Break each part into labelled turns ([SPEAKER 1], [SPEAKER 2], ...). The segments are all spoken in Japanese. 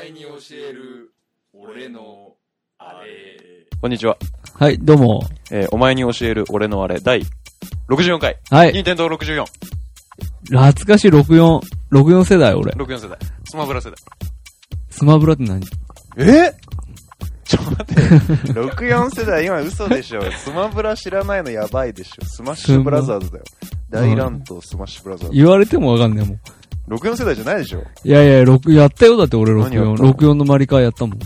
[SPEAKER 1] える俺のあれ
[SPEAKER 2] こんにちは。
[SPEAKER 3] はい、どうも。
[SPEAKER 2] えーお前に教える俺のあれ、第64回。
[SPEAKER 3] はい、
[SPEAKER 2] 任天堂64。
[SPEAKER 3] 懐かしい64、64世代俺。
[SPEAKER 2] 64世代。スマブラ世代。
[SPEAKER 3] スマブラって何
[SPEAKER 2] えちょっと待って。64世 代、今嘘でしょ。スマブラ知らないのやばいでしょ。スマッシュブラザーズだよ。大乱闘スマッシュブラザーズ。
[SPEAKER 3] 言われてもわかんねえもん。
[SPEAKER 2] 64世代じゃないでしょ。
[SPEAKER 3] いやいや、6、やったよだって俺
[SPEAKER 2] 何や
[SPEAKER 3] 64。
[SPEAKER 2] ったの
[SPEAKER 3] 64のマリカーやったもん。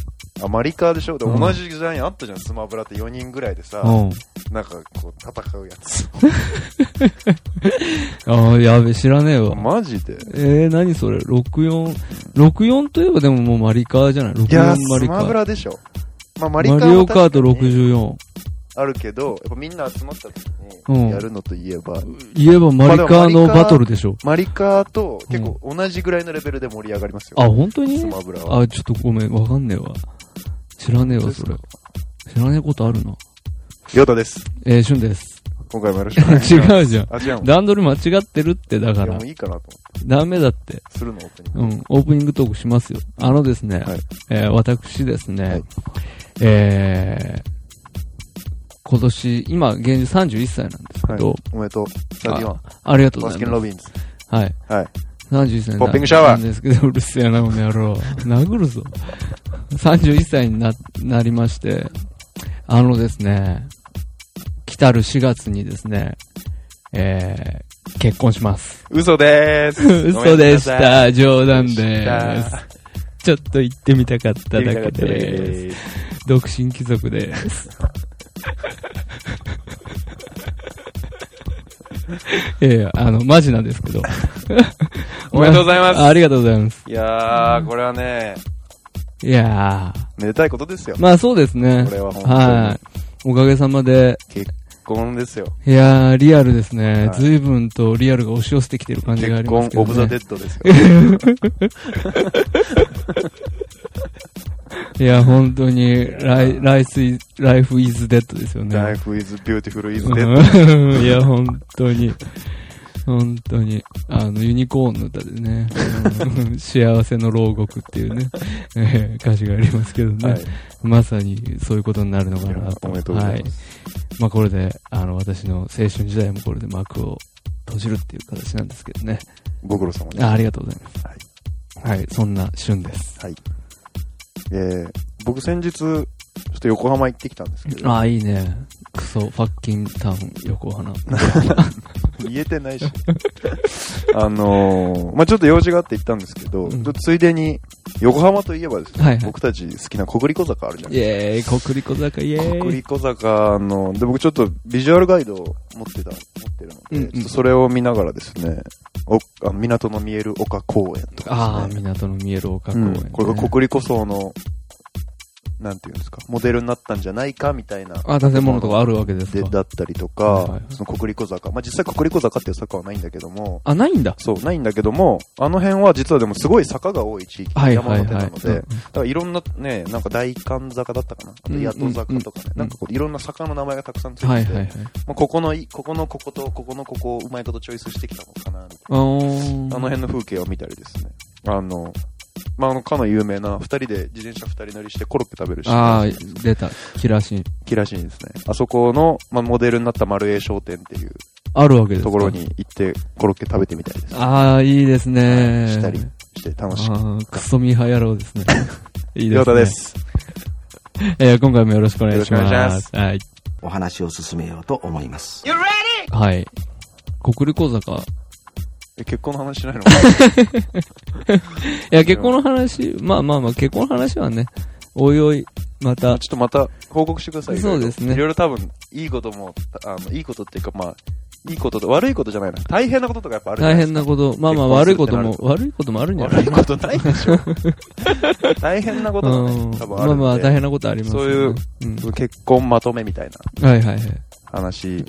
[SPEAKER 2] あ、マリカーでしょ。で
[SPEAKER 3] うん
[SPEAKER 2] 同じ時代にあったじゃん、スマブラって4人ぐらいでさ、
[SPEAKER 3] うん。
[SPEAKER 2] なんかこう戦うやつ。
[SPEAKER 3] ああ、やべ、知らねえわ。
[SPEAKER 2] マジで
[SPEAKER 3] えー、何それ ?64、64といえばでももうマリカーじゃない
[SPEAKER 2] い
[SPEAKER 3] ?64
[SPEAKER 2] やー、
[SPEAKER 3] マ
[SPEAKER 2] ス
[SPEAKER 3] リカ
[SPEAKER 2] マブ
[SPEAKER 3] ー。
[SPEAKER 2] ラでしょ。まあ、マ
[SPEAKER 3] マ
[SPEAKER 2] リ
[SPEAKER 3] リ
[SPEAKER 2] カー
[SPEAKER 3] オ
[SPEAKER 2] も
[SPEAKER 3] カー
[SPEAKER 2] 確
[SPEAKER 3] ト
[SPEAKER 2] かに
[SPEAKER 3] 64。
[SPEAKER 2] あるけど、やっぱみんな集まった時
[SPEAKER 3] うん
[SPEAKER 2] にやるのといえば、
[SPEAKER 3] 言えばマリカーのバトルでしょ。
[SPEAKER 2] マリカーと結構同じぐらいのレベルで盛り上がりますよ。
[SPEAKER 3] あ、本当に
[SPEAKER 2] スマブラは。
[SPEAKER 3] あ、ちょっとごめん、わかんねえわ。知らねえわ、それ。知らねえことあるな。
[SPEAKER 2] ヨタです。
[SPEAKER 3] えー、シュンです。
[SPEAKER 2] 今回もよろしくお願いします。
[SPEAKER 3] 違うじゃん。
[SPEAKER 2] あ、違うの
[SPEAKER 3] 段取り間違ってるって、だ
[SPEAKER 2] い
[SPEAKER 3] か
[SPEAKER 2] や
[SPEAKER 3] ら
[SPEAKER 2] もう。いいかなと思って。
[SPEAKER 3] ダメだって。
[SPEAKER 2] するの、本当に。
[SPEAKER 3] うん、オープニングトークしますよ。あのですね、
[SPEAKER 2] はい
[SPEAKER 3] えー私ですね、
[SPEAKER 2] はい
[SPEAKER 3] えー、今年、今、現実31歳なんですけど、
[SPEAKER 2] はいおめでとう。サディワン。
[SPEAKER 3] あありがとうご
[SPEAKER 2] バ
[SPEAKER 3] ざ
[SPEAKER 2] ス
[SPEAKER 3] い
[SPEAKER 2] キン・
[SPEAKER 3] ま
[SPEAKER 2] ロ
[SPEAKER 3] す。
[SPEAKER 2] ビンズ。
[SPEAKER 3] はい。
[SPEAKER 2] はい。
[SPEAKER 3] 31歳
[SPEAKER 2] ポッピングシャワー
[SPEAKER 3] なんですけど、うるせえな、この 野郎。殴るぞ。31歳にな、なりまして、あのですね、来たる4月にですね、えー、結婚します。
[SPEAKER 2] 嘘でーす。
[SPEAKER 3] 嘘でし
[SPEAKER 2] ごめんなさい。
[SPEAKER 3] た。冗談で
[SPEAKER 2] でし
[SPEAKER 3] す
[SPEAKER 2] た。
[SPEAKER 3] ちょっと言ってみたかっただ
[SPEAKER 2] 言っ
[SPEAKER 3] け
[SPEAKER 2] てみたかっただけ
[SPEAKER 3] で。
[SPEAKER 2] です
[SPEAKER 3] 独身貴 族です。いやいや、あの、マジなんですけど。
[SPEAKER 2] おめでとうございます
[SPEAKER 3] ありがとうございます。
[SPEAKER 2] いやー、これはね、
[SPEAKER 3] いや
[SPEAKER 2] めでたいことですよ
[SPEAKER 3] ー。。まあそうですね。
[SPEAKER 2] これは本当に
[SPEAKER 3] はい。おかげさまで、
[SPEAKER 2] 結婚ですよ。
[SPEAKER 3] いやー、リアルですね。
[SPEAKER 2] はい
[SPEAKER 3] 随分とリアルが押し寄せてきてる感じがあ
[SPEAKER 2] 結
[SPEAKER 3] りま
[SPEAKER 2] 婚
[SPEAKER 3] すけど、
[SPEAKER 2] オ
[SPEAKER 3] ね。
[SPEAKER 2] ブザ・デッドです よ。
[SPEAKER 3] いや、本当に、ライ、ライスイ、ライフイズデッドですよね。
[SPEAKER 2] Life is beautiful is
[SPEAKER 3] うん
[SPEAKER 2] dead.
[SPEAKER 3] いや、本当に。本当に。あの、ユニコーンの歌で ね、うん幸せの牢獄っていうね、 えー歌詞がありますけどね、
[SPEAKER 2] はい。
[SPEAKER 3] まさにそういうことになるのか
[SPEAKER 2] いや
[SPEAKER 3] なと。。
[SPEAKER 2] おめでとうございます
[SPEAKER 3] はい。まあ、これで、あの、私の青春時代もこれで幕を閉じるっていう形なんですけどね。
[SPEAKER 2] ご苦労様です。
[SPEAKER 3] あありがとうございます。はい。そんな旬です。
[SPEAKER 2] はい。えー、僕先日、ちょっと横浜行ってきたんですけど、
[SPEAKER 3] ああ、いいね。クソ、ファッキンタウン、横浜。
[SPEAKER 2] 言えてないし。 あのー、まあちょっと用事があって行ったんですけど、
[SPEAKER 3] うん
[SPEAKER 2] ついでに、横浜といえばですね、
[SPEAKER 3] はいはい
[SPEAKER 2] 僕たち好きな小栗小坂あるじゃない
[SPEAKER 3] イェーイ、コクリコ坂、イェーイ。
[SPEAKER 2] 小栗小坂の、で、僕ちょっとビジュアルガイドを持ってた、持ってるので、
[SPEAKER 3] うんうん
[SPEAKER 2] ちょっとそれを見ながらですね、おあ港の見える丘公園と
[SPEAKER 3] あ
[SPEAKER 2] か
[SPEAKER 3] あ、
[SPEAKER 2] ですね、
[SPEAKER 3] 港の見える丘公
[SPEAKER 2] う
[SPEAKER 3] 園、
[SPEAKER 2] ん、これが小栗小僧の、なんていうんですか、モデルになったんじゃないかみたいな
[SPEAKER 3] あ、建物とかあるわけです
[SPEAKER 2] で
[SPEAKER 3] か。
[SPEAKER 2] だったりと
[SPEAKER 3] はいは
[SPEAKER 2] か
[SPEAKER 3] い、
[SPEAKER 2] その国立小坂。まあ、実際国立小坂っていう坂はないんだけども、
[SPEAKER 3] あ、ないんだ。
[SPEAKER 2] そう、ないんだけども、あの辺は実はでもすごい坂が多い地域、
[SPEAKER 3] はい
[SPEAKER 2] 山
[SPEAKER 3] はい
[SPEAKER 2] の手
[SPEAKER 3] は
[SPEAKER 2] ないの。で、だからいろんなね、なんか大寒坂だったかな、あと
[SPEAKER 3] うん
[SPEAKER 2] 八戸坂とかね
[SPEAKER 3] う、ん
[SPEAKER 2] なんかこういろんな坂の名前がたくさんつ
[SPEAKER 3] うんはいい
[SPEAKER 2] て
[SPEAKER 3] はいは
[SPEAKER 2] て
[SPEAKER 3] い、。
[SPEAKER 2] まあここのい、ここのここと、ここのここをうまいことチョイスしてきたのかな、みたい
[SPEAKER 3] あの
[SPEAKER 2] なあの辺の風景を見たりですね。あの、まあ、あの、かの有名な、二人で自転車二人乗りしてコロッケ食べるし、
[SPEAKER 3] ああ、出た。キラシン。
[SPEAKER 2] キラシンですね。あそこの、まあ、モデルになった丸栄商店っていう、
[SPEAKER 3] あるわけですか
[SPEAKER 2] ところ。に行ってコロッケ食べてみたいです。
[SPEAKER 3] ああ、いいですね。
[SPEAKER 2] したりして楽しく。
[SPEAKER 3] ああ、クソミーハ野 郎ですね。いい
[SPEAKER 2] りょ
[SPEAKER 3] で
[SPEAKER 2] う
[SPEAKER 3] す
[SPEAKER 2] た
[SPEAKER 3] ね。
[SPEAKER 2] です。
[SPEAKER 3] えー今回もよろしくお願いします。
[SPEAKER 2] よろしくお願いします
[SPEAKER 3] はい。
[SPEAKER 4] お話を進めようと思います。
[SPEAKER 3] はい。国立小坂。い
[SPEAKER 2] え結婚の話しないの
[SPEAKER 3] や、結婚の話、まあまあまあ、結婚の話はね、おいおい、また、
[SPEAKER 2] ちょっとまた報告してください。
[SPEAKER 3] そうですね
[SPEAKER 2] いろいろ多分、いいことも、あの、いいことっていうか、まあ、いいことと、悪いことじゃないな。大変なこととかやっぱあるじゃ
[SPEAKER 3] 大
[SPEAKER 2] ないです
[SPEAKER 3] 変
[SPEAKER 2] か。
[SPEAKER 3] なこと、まあま
[SPEAKER 2] 結婚す
[SPEAKER 3] あ悪
[SPEAKER 2] る
[SPEAKER 3] いことも
[SPEAKER 2] っ、て
[SPEAKER 3] 悪いこともあるんじゃない
[SPEAKER 2] 悪いことないでしょ。 大変なことが
[SPEAKER 3] うん
[SPEAKER 2] ね、多分あ
[SPEAKER 3] ま
[SPEAKER 2] る
[SPEAKER 3] あ
[SPEAKER 2] んで。
[SPEAKER 3] まあ大変なことありますよねうん
[SPEAKER 2] そういう結婚まとめみたいな
[SPEAKER 3] はいはいはい。
[SPEAKER 2] 話。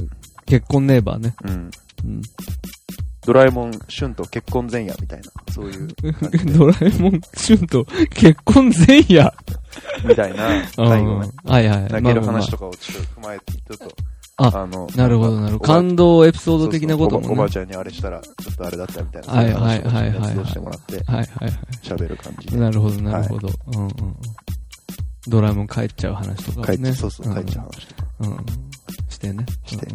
[SPEAKER 3] 結婚ネイバーね。
[SPEAKER 2] うん。
[SPEAKER 3] うん
[SPEAKER 2] ドラえもん、春と結婚前夜みたいな、そういう感じで、
[SPEAKER 3] ドラえもん、シュンと結婚前夜。
[SPEAKER 2] みたいな、
[SPEAKER 3] うん
[SPEAKER 2] 最後ね。
[SPEAKER 3] はいはい。
[SPEAKER 2] 泣ける話と
[SPEAKER 3] か。
[SPEAKER 2] かをちょっと踏まえて、ちょっと
[SPEAKER 3] あ、
[SPEAKER 2] あの、
[SPEAKER 3] なるほど、なるほど。感動エピソード的なこと
[SPEAKER 2] そうそうおば
[SPEAKER 3] も
[SPEAKER 2] おば
[SPEAKER 3] ね。
[SPEAKER 2] ちゃんにあれしたら、ちょっとあれだったみたいな。
[SPEAKER 3] はいはい
[SPEAKER 2] そうう話を
[SPEAKER 3] はいはいはい
[SPEAKER 2] 連動してもらって、
[SPEAKER 3] はいはいは
[SPEAKER 2] 喋る感じ
[SPEAKER 3] い。
[SPEAKER 2] で。
[SPEAKER 3] なるほど、なるほど。うんうんうん。ドラえもん帰っちゃう話と
[SPEAKER 2] 帰
[SPEAKER 3] か
[SPEAKER 2] っ
[SPEAKER 3] ね。
[SPEAKER 2] て、そうそう、帰っちゃう話とか。
[SPEAKER 3] うん。うん。してね。
[SPEAKER 2] して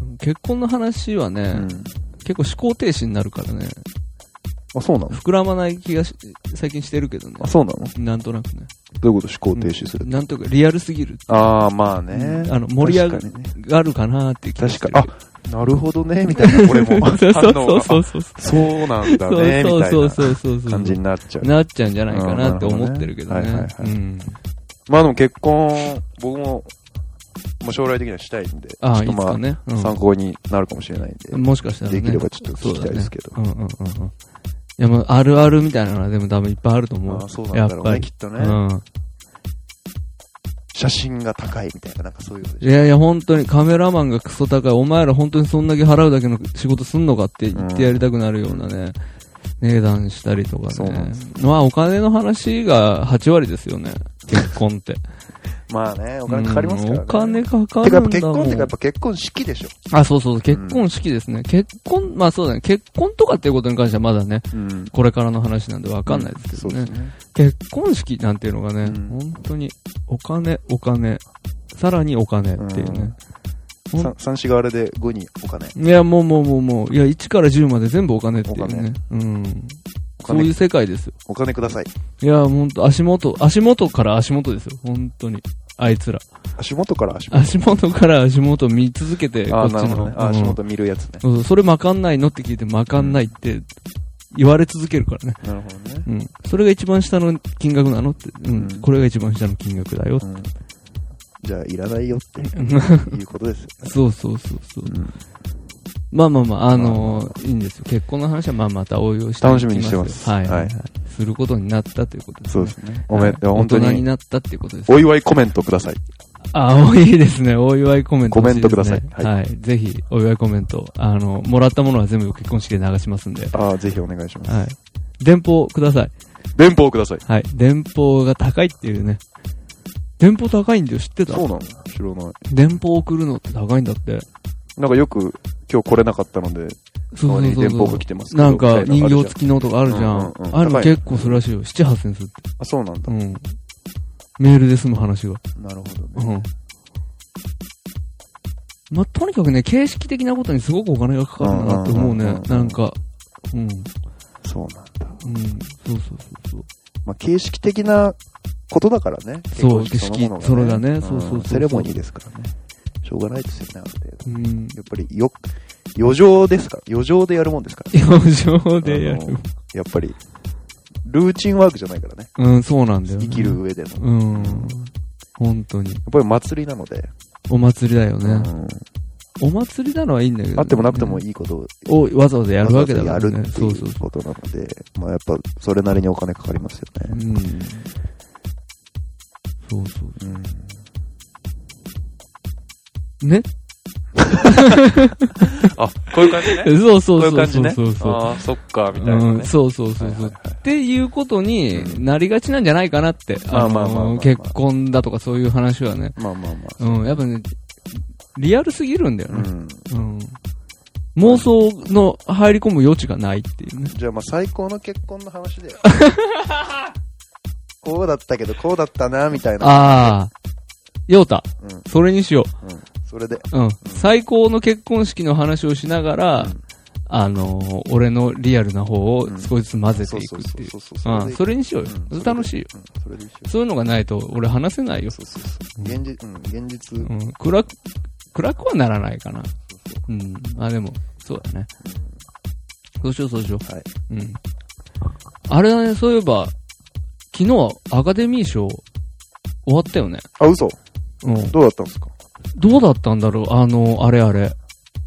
[SPEAKER 3] うんうん。結婚の話はね、
[SPEAKER 2] うん。
[SPEAKER 3] 結構思考停止になるからね、
[SPEAKER 2] あ、そうなの
[SPEAKER 3] 膨らまない気がし最近してるけどね
[SPEAKER 2] あ、。そうなの
[SPEAKER 3] なんとなくね。
[SPEAKER 2] どういうこと思考停止する
[SPEAKER 3] なんとかリアルすぎる。
[SPEAKER 2] ああ、まあね。
[SPEAKER 3] あの、盛り上
[SPEAKER 2] 確かにね
[SPEAKER 3] がるかなって気がし
[SPEAKER 2] 確
[SPEAKER 3] て
[SPEAKER 2] か
[SPEAKER 3] る。、
[SPEAKER 2] あ、なるほどね、みたいな、俺も
[SPEAKER 3] 。そうそう
[SPEAKER 2] 反応
[SPEAKER 3] そう
[SPEAKER 2] が
[SPEAKER 3] そうそう。
[SPEAKER 2] あそうなんだね、みたい
[SPEAKER 3] そうそう
[SPEAKER 2] な
[SPEAKER 3] そうそう。
[SPEAKER 2] 感じになっちゃう。
[SPEAKER 3] なっちゃうんじゃないかなって思ってるけど
[SPEAKER 2] うんな
[SPEAKER 3] ね
[SPEAKER 2] る。ほ
[SPEAKER 3] う
[SPEAKER 2] どねはいはいはい
[SPEAKER 3] ん。
[SPEAKER 2] まあでも結婚、僕も、まあ将来的にはしたいんで、ちょ
[SPEAKER 3] ああ、
[SPEAKER 2] っ
[SPEAKER 3] い
[SPEAKER 2] と
[SPEAKER 3] つ
[SPEAKER 2] ま
[SPEAKER 3] か
[SPEAKER 2] あ、
[SPEAKER 3] ね。うん
[SPEAKER 2] 参考になるかもしれないんで、
[SPEAKER 3] もしかしたらね。
[SPEAKER 2] できればちょっと聞きたいですけど
[SPEAKER 3] そうだねうんうんうんうん。いや、もうあるあるみたいなのはでも多分いっぱいあると思
[SPEAKER 2] あ
[SPEAKER 3] う。
[SPEAKER 2] あそうなんだろう
[SPEAKER 3] や
[SPEAKER 2] ね、
[SPEAKER 3] っぱり
[SPEAKER 2] きっと
[SPEAKER 3] う
[SPEAKER 2] ね。
[SPEAKER 3] ん。
[SPEAKER 2] 写真が高いみたいな、なんかそういうことで
[SPEAKER 3] いやいや、本当にカメラマンがクソ高い。お前ら本当にそんだけ払うだけの仕事すんのかって言ってやりたくなるようなね、値段したりとかね。
[SPEAKER 2] そうなんです
[SPEAKER 3] まあ、お金の話が8割ですよね。結婚って。
[SPEAKER 2] まあ ね、お金かかりますからね。
[SPEAKER 3] うんお金かか
[SPEAKER 2] てかや
[SPEAKER 3] るん
[SPEAKER 2] っぱ
[SPEAKER 3] だもん。
[SPEAKER 2] 結婚ってかやっぱ結婚式でしょ。
[SPEAKER 3] あ、そうそう、結婚式ですね。結婚、まあそうだね。結婚とかっていうことに関してはまだね、
[SPEAKER 2] うん。
[SPEAKER 3] これからの話なんでわかんないですけどね。
[SPEAKER 2] そうですね。
[SPEAKER 3] 結婚式なんていうのがね、
[SPEAKER 2] うん
[SPEAKER 3] 本当にお金、お金、さらにお金っていうね。ほん
[SPEAKER 2] さ三子があれで5にお金。
[SPEAKER 3] いや、もうもうもうもう、いや、1から10まで全部お金っていうね。うん。
[SPEAKER 2] お
[SPEAKER 3] そうい
[SPEAKER 2] 金
[SPEAKER 3] う、世界ですよ。
[SPEAKER 2] お金ください。
[SPEAKER 3] いや、ほんと、足元、足元から足元ですよ。本当に。あいつら。
[SPEAKER 2] 足元から足元。
[SPEAKER 3] 足元から足元見続けて、こ
[SPEAKER 2] あ
[SPEAKER 3] っ
[SPEAKER 2] あ、
[SPEAKER 3] ち
[SPEAKER 2] なるほど
[SPEAKER 3] の。
[SPEAKER 2] ね。あ
[SPEAKER 3] うん
[SPEAKER 2] 足元見るやつね。
[SPEAKER 3] そうそうそれまかんないのって聞いて、まかんないって言われ続けるからね。
[SPEAKER 2] なるほどね。
[SPEAKER 3] うん。それが一番下の金額なのって。うん。
[SPEAKER 2] うん
[SPEAKER 3] これが一番下の金額だよ。
[SPEAKER 2] うん。じゃあ、いらないよっていうこと ですよ。
[SPEAKER 3] そうそうそうそう。
[SPEAKER 2] うん
[SPEAKER 3] まあまあまあ、あのーいいんですよ。結婚の話はまあまた応用していき
[SPEAKER 2] 楽しみにしてます
[SPEAKER 3] はい。は
[SPEAKER 2] はいい。
[SPEAKER 3] することになったということです
[SPEAKER 2] そう
[SPEAKER 3] ね。
[SPEAKER 2] ですね。おめ
[SPEAKER 3] はい
[SPEAKER 2] で本当
[SPEAKER 3] 大人に
[SPEAKER 2] に。
[SPEAKER 3] なったっていうことです。
[SPEAKER 2] お祝いコメントください。
[SPEAKER 3] あ、おいいですね。お祝いコメント、
[SPEAKER 2] コメントください
[SPEAKER 3] はい。はい。ぜひ、お祝いコメント。あの、もらったものは全部結婚式で流しますんで。
[SPEAKER 2] ああ、ぜひお願いします。
[SPEAKER 3] はい。電報ください。
[SPEAKER 2] 電報ください。
[SPEAKER 3] はい。電報が高いっていうね。電報高いんだよ、知ってた
[SPEAKER 2] そうなの知らない。
[SPEAKER 3] 電報送るのって高いんだって。
[SPEAKER 2] なんかよく、今日来れなかったので、
[SPEAKER 3] そうそうそうそう
[SPEAKER 2] 代わりに電報が来てますけど
[SPEAKER 3] なんか
[SPEAKER 2] みたいなの
[SPEAKER 3] 人
[SPEAKER 2] あるじゃん
[SPEAKER 3] 形付きのとかあるじゃん。
[SPEAKER 2] うんうんうん
[SPEAKER 3] あるの
[SPEAKER 2] 高い
[SPEAKER 3] 結構するらしいよ。7、8千するって。
[SPEAKER 2] あ、そうなんだ
[SPEAKER 3] う。ん。メールで済む話が。
[SPEAKER 2] なるほ
[SPEAKER 3] う
[SPEAKER 2] どね。
[SPEAKER 3] ん。まあ、とにかくね、形式的なことにすごくお金がかかるんだなって思
[SPEAKER 2] うん
[SPEAKER 3] う
[SPEAKER 2] うん
[SPEAKER 3] ね
[SPEAKER 2] うんう。ん
[SPEAKER 3] なんか。うん。うん。
[SPEAKER 2] そうなんだ。
[SPEAKER 3] そうそうそうそう。
[SPEAKER 2] まあ、形式的なことだからね。
[SPEAKER 3] そう
[SPEAKER 2] 結婚式のものが
[SPEAKER 3] 式それがねそうそうそうそう
[SPEAKER 2] セレモニーですからね。しょうがないですよね、ある程度。
[SPEAKER 3] うん。
[SPEAKER 2] やっぱり、よ、余剰ですから。余剰でやるもんですからね。
[SPEAKER 3] 余剰でや
[SPEAKER 2] あ
[SPEAKER 3] る
[SPEAKER 2] の。やっぱり、ルーチンワークじゃないからね。
[SPEAKER 3] うん、そうなんだよ、ね。
[SPEAKER 2] 生きる上での。やっ
[SPEAKER 3] うん。本当に。
[SPEAKER 2] ぱり祭りなので、
[SPEAKER 3] お祭りだよ
[SPEAKER 2] う
[SPEAKER 3] ね。
[SPEAKER 2] ん
[SPEAKER 3] お祭りなのはいいんだけど、ね。
[SPEAKER 2] あってもなくてもいいことを
[SPEAKER 3] をわざわざやるわけだから
[SPEAKER 2] わ
[SPEAKER 3] ね。
[SPEAKER 2] ざわざやるって
[SPEAKER 3] そうそう
[SPEAKER 2] い
[SPEAKER 3] そう
[SPEAKER 2] ことなので、まあやっぱそれなりにお金かかりますよ
[SPEAKER 3] う。う
[SPEAKER 2] ね。
[SPEAKER 3] ん。そうそう。
[SPEAKER 2] うん。
[SPEAKER 3] ね
[SPEAKER 2] あ、こういう感じね。
[SPEAKER 3] そうそ
[SPEAKER 2] こ
[SPEAKER 3] う
[SPEAKER 2] ういう
[SPEAKER 3] そう
[SPEAKER 2] 感じ
[SPEAKER 3] そう
[SPEAKER 2] ね。
[SPEAKER 3] そうそう。
[SPEAKER 2] ああ、そっか、みたいな
[SPEAKER 3] うん、
[SPEAKER 2] ね。
[SPEAKER 3] そうそうそうそう。っていうことになりがちなんじゃないかなって。
[SPEAKER 2] まあまあまあまあ
[SPEAKER 3] の結婚だとかそういう話はね。
[SPEAKER 2] まあまあまあ。
[SPEAKER 3] うん、やっぱね、リアルすぎるんだよ
[SPEAKER 2] う
[SPEAKER 3] ね。
[SPEAKER 2] ん。
[SPEAKER 3] うん。妄想の入り込む余地がないっていうね。
[SPEAKER 2] じゃあまあ最高の結婚の話 だよ。こうだったけど、こうだったな、みたいな。
[SPEAKER 3] ああ。ヨータ、
[SPEAKER 2] うん
[SPEAKER 3] それにしよ
[SPEAKER 2] うん。それで。
[SPEAKER 3] う。うん。最高の結婚式の話をしながら、
[SPEAKER 2] うん
[SPEAKER 3] あのー俺のリアルな方を少しずつ混ぜて
[SPEAKER 2] そう
[SPEAKER 3] い
[SPEAKER 2] そ
[SPEAKER 3] く
[SPEAKER 2] う
[SPEAKER 3] っていう。
[SPEAKER 2] そうそう。
[SPEAKER 3] うん、そ
[SPEAKER 2] れ
[SPEAKER 3] れにしようよ。
[SPEAKER 2] うん
[SPEAKER 3] 楽しいよ。
[SPEAKER 2] で、うん、それでいいしよ
[SPEAKER 3] そういうのがないと俺話せないよ
[SPEAKER 2] う。そうそうそう。現実、うん、現実。
[SPEAKER 3] うん、暗く、暗くはならないかな。うん。まあでも、そうだね。そうしよう、そうしよ。
[SPEAKER 2] はいう
[SPEAKER 3] うん。あれだね、そういえば、昨日アカデミー賞終わったよね。
[SPEAKER 2] あ、嘘
[SPEAKER 3] うん。
[SPEAKER 2] どうだったんですか
[SPEAKER 3] どうだったんだろうあの、あれあれ。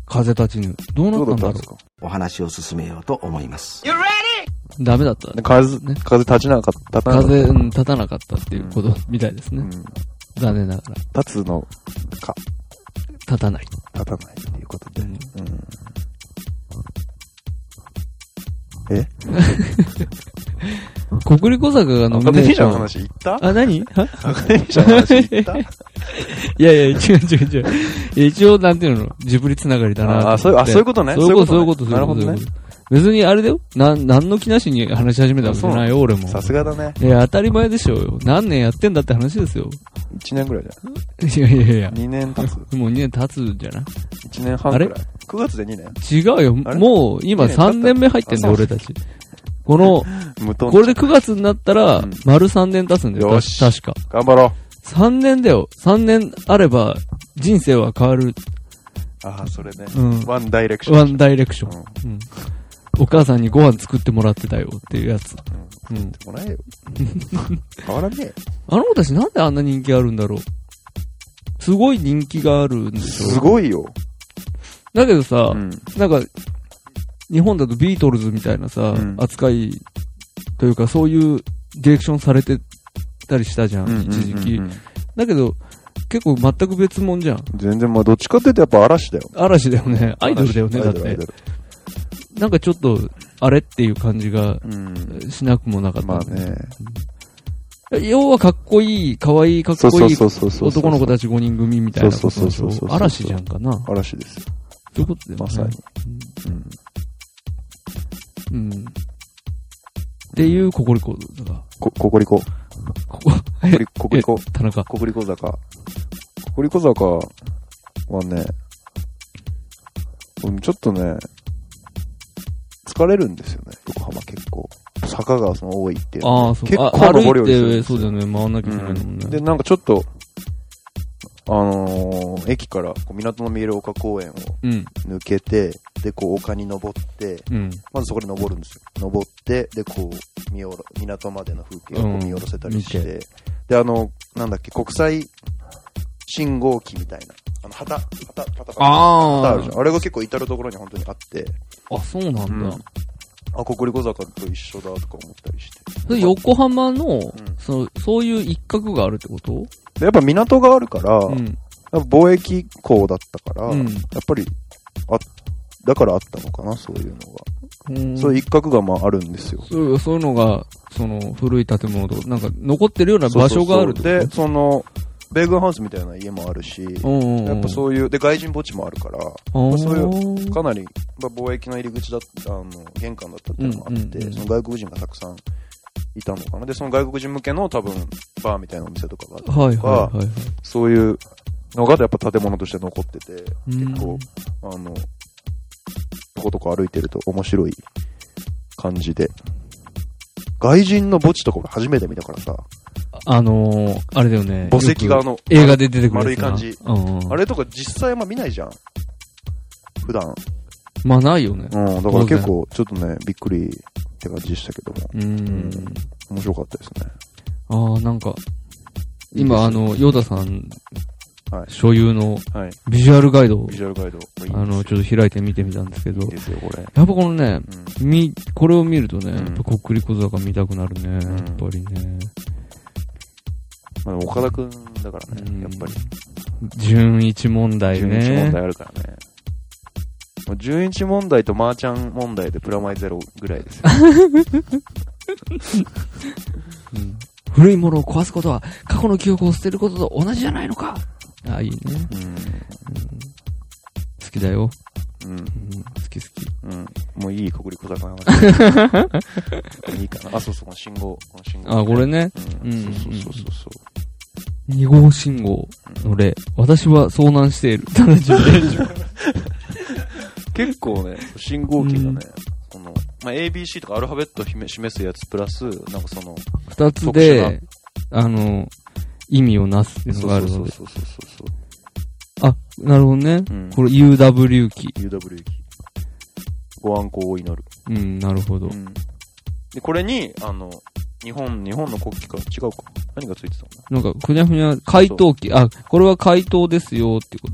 [SPEAKER 3] 風立ちぬ。どう
[SPEAKER 2] どう
[SPEAKER 3] な
[SPEAKER 2] だ
[SPEAKER 3] っ
[SPEAKER 2] ったたん
[SPEAKER 3] んだ
[SPEAKER 2] で
[SPEAKER 3] ろ
[SPEAKER 2] すか
[SPEAKER 4] お話を進めようと思います。
[SPEAKER 3] うダメだった。
[SPEAKER 2] 風
[SPEAKER 3] ね、
[SPEAKER 2] 風立ちなかった。立たなかった
[SPEAKER 3] 風、うん、立たなかったっていうことみたいです
[SPEAKER 2] う
[SPEAKER 3] ね
[SPEAKER 2] ん。。
[SPEAKER 3] 残念ながら。
[SPEAKER 2] 立つのか、
[SPEAKER 3] 立たない。
[SPEAKER 2] 立たないっていうことで。
[SPEAKER 3] うん
[SPEAKER 2] え
[SPEAKER 3] 国立小坂がノ
[SPEAKER 2] ア
[SPEAKER 3] ミ
[SPEAKER 2] カデミー
[SPEAKER 3] ネーシ
[SPEAKER 2] 賞の
[SPEAKER 3] ョン。
[SPEAKER 2] 話行った
[SPEAKER 3] あ、何 は
[SPEAKER 2] ア カデミー賞の話行った
[SPEAKER 3] いやいや、違う違う違う。いや一応、なんていうの、ジブリつながりだなと思って。
[SPEAKER 2] あーそういうあそういうことね
[SPEAKER 3] そういうこと、そういうこと。
[SPEAKER 2] そういうことね
[SPEAKER 3] そういうこと別にあれだよ。なん、なんの気なしに話し始めたわけじゃないよ、俺も。
[SPEAKER 2] さすがだね。
[SPEAKER 3] いや、当たり前でしょうよ。何年やってんだって話ですよ。
[SPEAKER 2] 1年ぐらいじゃ
[SPEAKER 3] いやいやいや
[SPEAKER 2] ん。。2年経つ。
[SPEAKER 3] もう2年経つんじゃない
[SPEAKER 2] 1年半ぐらい
[SPEAKER 3] あ。
[SPEAKER 2] 9月で2年
[SPEAKER 3] 違うよ。
[SPEAKER 2] あれ
[SPEAKER 3] もう、今
[SPEAKER 2] 2年経った
[SPEAKER 3] 3年目入ってんだ、
[SPEAKER 2] あそう
[SPEAKER 3] 俺たち。この、
[SPEAKER 2] 無糖
[SPEAKER 3] これで9月になったら
[SPEAKER 2] うん、
[SPEAKER 3] 丸3年経つんだよ。
[SPEAKER 2] よした
[SPEAKER 3] 確か。
[SPEAKER 2] 頑張ろう。
[SPEAKER 3] 3年だよ。3年あれば、人生は変わる。
[SPEAKER 2] ああ、それね。
[SPEAKER 3] うん。
[SPEAKER 2] ワンダイレクション。
[SPEAKER 3] ワンダイレクション
[SPEAKER 2] うん。
[SPEAKER 3] うん。お母さんにご飯作ってもらってたよっていうやつ。うん。
[SPEAKER 2] もらえよ。変わらねえよ。
[SPEAKER 3] あの子たちなんであんな人気あるんだろう。すごい人気があるんでしょ。
[SPEAKER 2] すごいよ。
[SPEAKER 3] だけどさ
[SPEAKER 2] う、ん。
[SPEAKER 3] なんか、日本だとビートルズみたいなさ、
[SPEAKER 2] うん
[SPEAKER 3] 扱いというか、そういうディレクションされてたりしたじゃん、
[SPEAKER 2] うん
[SPEAKER 3] 一時期
[SPEAKER 2] うんう。んうん
[SPEAKER 3] だけど、結構全く別物じゃん。
[SPEAKER 2] 全然、まあ、どっちかって言うとやっぱ嵐だよ。
[SPEAKER 3] 嵐だよね。アイドルだよね、
[SPEAKER 2] 嵐
[SPEAKER 3] だっ
[SPEAKER 2] アイド
[SPEAKER 3] て
[SPEAKER 2] ル。
[SPEAKER 3] なんかちょっと、あれっていう感じが
[SPEAKER 2] アイドルうん。
[SPEAKER 3] しなくもなかった。
[SPEAKER 2] まあね。
[SPEAKER 3] 要はかっこいい、かわいい、かっ
[SPEAKER 2] そう
[SPEAKER 3] こ
[SPEAKER 2] そう
[SPEAKER 3] いい
[SPEAKER 2] そうそうそう。
[SPEAKER 3] 男の子たち5人組みたいなこと
[SPEAKER 2] そうそ
[SPEAKER 3] でし
[SPEAKER 2] うそ
[SPEAKER 3] ょ
[SPEAKER 2] うそうそう。
[SPEAKER 3] 嵐じゃんかな。
[SPEAKER 2] 嵐ですよ。
[SPEAKER 3] そういうことだよね。
[SPEAKER 2] まさに。うん。
[SPEAKER 3] うん。っていうココリコだが、
[SPEAKER 2] こ、ココリコ。コ
[SPEAKER 3] ここ、
[SPEAKER 2] コリココリコ。
[SPEAKER 3] 田中。
[SPEAKER 2] ココリコ坂。ココリコ坂はね、うんちょっとね、疲れるんですよね、横浜結構。坂がその多いっていうの
[SPEAKER 3] あ
[SPEAKER 2] は
[SPEAKER 3] あ、
[SPEAKER 2] ね。
[SPEAKER 3] そう
[SPEAKER 2] 結
[SPEAKER 3] あ
[SPEAKER 2] 構
[SPEAKER 3] 歩
[SPEAKER 2] 登
[SPEAKER 3] い
[SPEAKER 2] り降り
[SPEAKER 3] て、
[SPEAKER 2] す
[SPEAKER 3] そう
[SPEAKER 2] る
[SPEAKER 3] だよね、回んなきゃいけない
[SPEAKER 2] んで
[SPEAKER 3] んだ
[SPEAKER 2] す
[SPEAKER 3] もん
[SPEAKER 2] よ。
[SPEAKER 3] ね。
[SPEAKER 2] で、なんかちょっと、あのー駅からこう港の見える丘公園を
[SPEAKER 3] うん、
[SPEAKER 2] 抜けて、で、こう丘に登って、
[SPEAKER 3] うん。
[SPEAKER 2] まずそこで登るんですよ。登って、で、こう、見下ろ、港までの風景をこう見下ろせたりして、
[SPEAKER 3] うん
[SPEAKER 2] で、あの、なんだっけ、国際信号機みたいな、あの、旗、旗、旗、旗、旗あ
[SPEAKER 3] あ
[SPEAKER 2] るじゃん。あれが結構至るところに本当にあって、
[SPEAKER 3] あ、あ、そうなん
[SPEAKER 2] う
[SPEAKER 3] だ
[SPEAKER 2] ん。あ、国立小坂と一緒だとか思ったりして。
[SPEAKER 3] それ横浜の
[SPEAKER 2] ん、
[SPEAKER 3] その、そういう一角があるってこと
[SPEAKER 2] でやっぱ港があるから、
[SPEAKER 3] う
[SPEAKER 2] やっ
[SPEAKER 3] ん。
[SPEAKER 2] ぱ貿易港だったから、
[SPEAKER 3] う
[SPEAKER 2] や
[SPEAKER 3] ん
[SPEAKER 2] っぱり、あ、だからあったのかな、そういうのが。
[SPEAKER 3] うん。
[SPEAKER 2] そういう一角がまああるんですよ。
[SPEAKER 3] そうそういうのが、その、古い建物とか、なんか残ってるような場所があるって
[SPEAKER 2] そうそうそう
[SPEAKER 3] こと
[SPEAKER 2] で、その、米軍ハウスみたいな家もあるし、
[SPEAKER 3] うんうんうん、
[SPEAKER 2] やっぱそういう、で、外人墓地もあるから、
[SPEAKER 3] あー
[SPEAKER 2] そういうかなり、まあ、貿易の入り口だった、あの、玄関だったっていうのもあって、
[SPEAKER 3] うんうんうん
[SPEAKER 2] その外国人がたくさんいたのかな。で、その外国人向けの多分、バーみたいなお店とかがあって、
[SPEAKER 3] はいはいはいはい。
[SPEAKER 2] そういうのがやっぱ建物として残ってて、結構、あの、とことこ歩いてると面白い感じで。外人の墓地とか俺初めて見たからさ、
[SPEAKER 3] あのー、あれだよね。
[SPEAKER 2] 墓石があ
[SPEAKER 3] よく
[SPEAKER 2] の、
[SPEAKER 3] 映画で出てくるやつな
[SPEAKER 2] 丸い
[SPEAKER 3] うんうん。
[SPEAKER 2] あれとか実際あんま見ないじゃん。普段。
[SPEAKER 3] まあないよね。
[SPEAKER 2] うん、だから結構、ちょっとね、びっくりって感じでしたけども、
[SPEAKER 3] うん。
[SPEAKER 2] 面白かったですね。
[SPEAKER 3] ああ、なんか、今あの、ヨダさん
[SPEAKER 2] はい、
[SPEAKER 3] 所有の
[SPEAKER 2] はい、
[SPEAKER 3] ビジュアルガイドを
[SPEAKER 2] ビ、ジュアルガイド、これいい
[SPEAKER 3] あの、ちょっと開いて見てみたんですけど、
[SPEAKER 2] いいですよ、これ。
[SPEAKER 3] やっぱこのね、
[SPEAKER 2] うん
[SPEAKER 3] み、これを見るとね、
[SPEAKER 2] ん
[SPEAKER 3] やっぱこっくり小坂見たくなるね、やっ
[SPEAKER 2] ん
[SPEAKER 3] ぱりね。
[SPEAKER 2] まあ、岡田くんだから
[SPEAKER 3] うん
[SPEAKER 2] ね、やっぱり、
[SPEAKER 3] 純一問題
[SPEAKER 2] 11
[SPEAKER 3] ね。
[SPEAKER 2] 問題あるからね。もう11問題とマーチャン問題でプラマイゼロぐらいですよ。
[SPEAKER 3] うん古いものを壊すことは過去の記憶を捨てることと同じじゃないのかああ、いいね。好きだよ。
[SPEAKER 2] うん、
[SPEAKER 3] うん好き好き。
[SPEAKER 2] うん、うん。もういい、国立小坂の話。 いいかな。あ、そうそう、この信号、この信号。
[SPEAKER 3] あ、これね。
[SPEAKER 2] う
[SPEAKER 3] うんん
[SPEAKER 2] そうそうそうそう。
[SPEAKER 3] 2号信号の例。私は遭難している。ただ自分で
[SPEAKER 2] 結構ね、信号機がね、この、まあ、ABC とかアルファベットをひめ示すやつプラス、なんかその、
[SPEAKER 3] 二つ
[SPEAKER 2] 特殊
[SPEAKER 3] で、あの、意味をなすっていうのがあるので。
[SPEAKER 2] そうそうそうそう
[SPEAKER 3] あ、なるほどね
[SPEAKER 2] うん。
[SPEAKER 3] これ UW 機。
[SPEAKER 2] そう。UW 機。ご安行を祈る。
[SPEAKER 3] うん、なるほど
[SPEAKER 2] う。ん。で、これに、あの、日本、日本の国旗か、違うか。何がついてたの
[SPEAKER 3] なんか、ふにゃふにゃ、回答機。あ、これは回答ですよってこ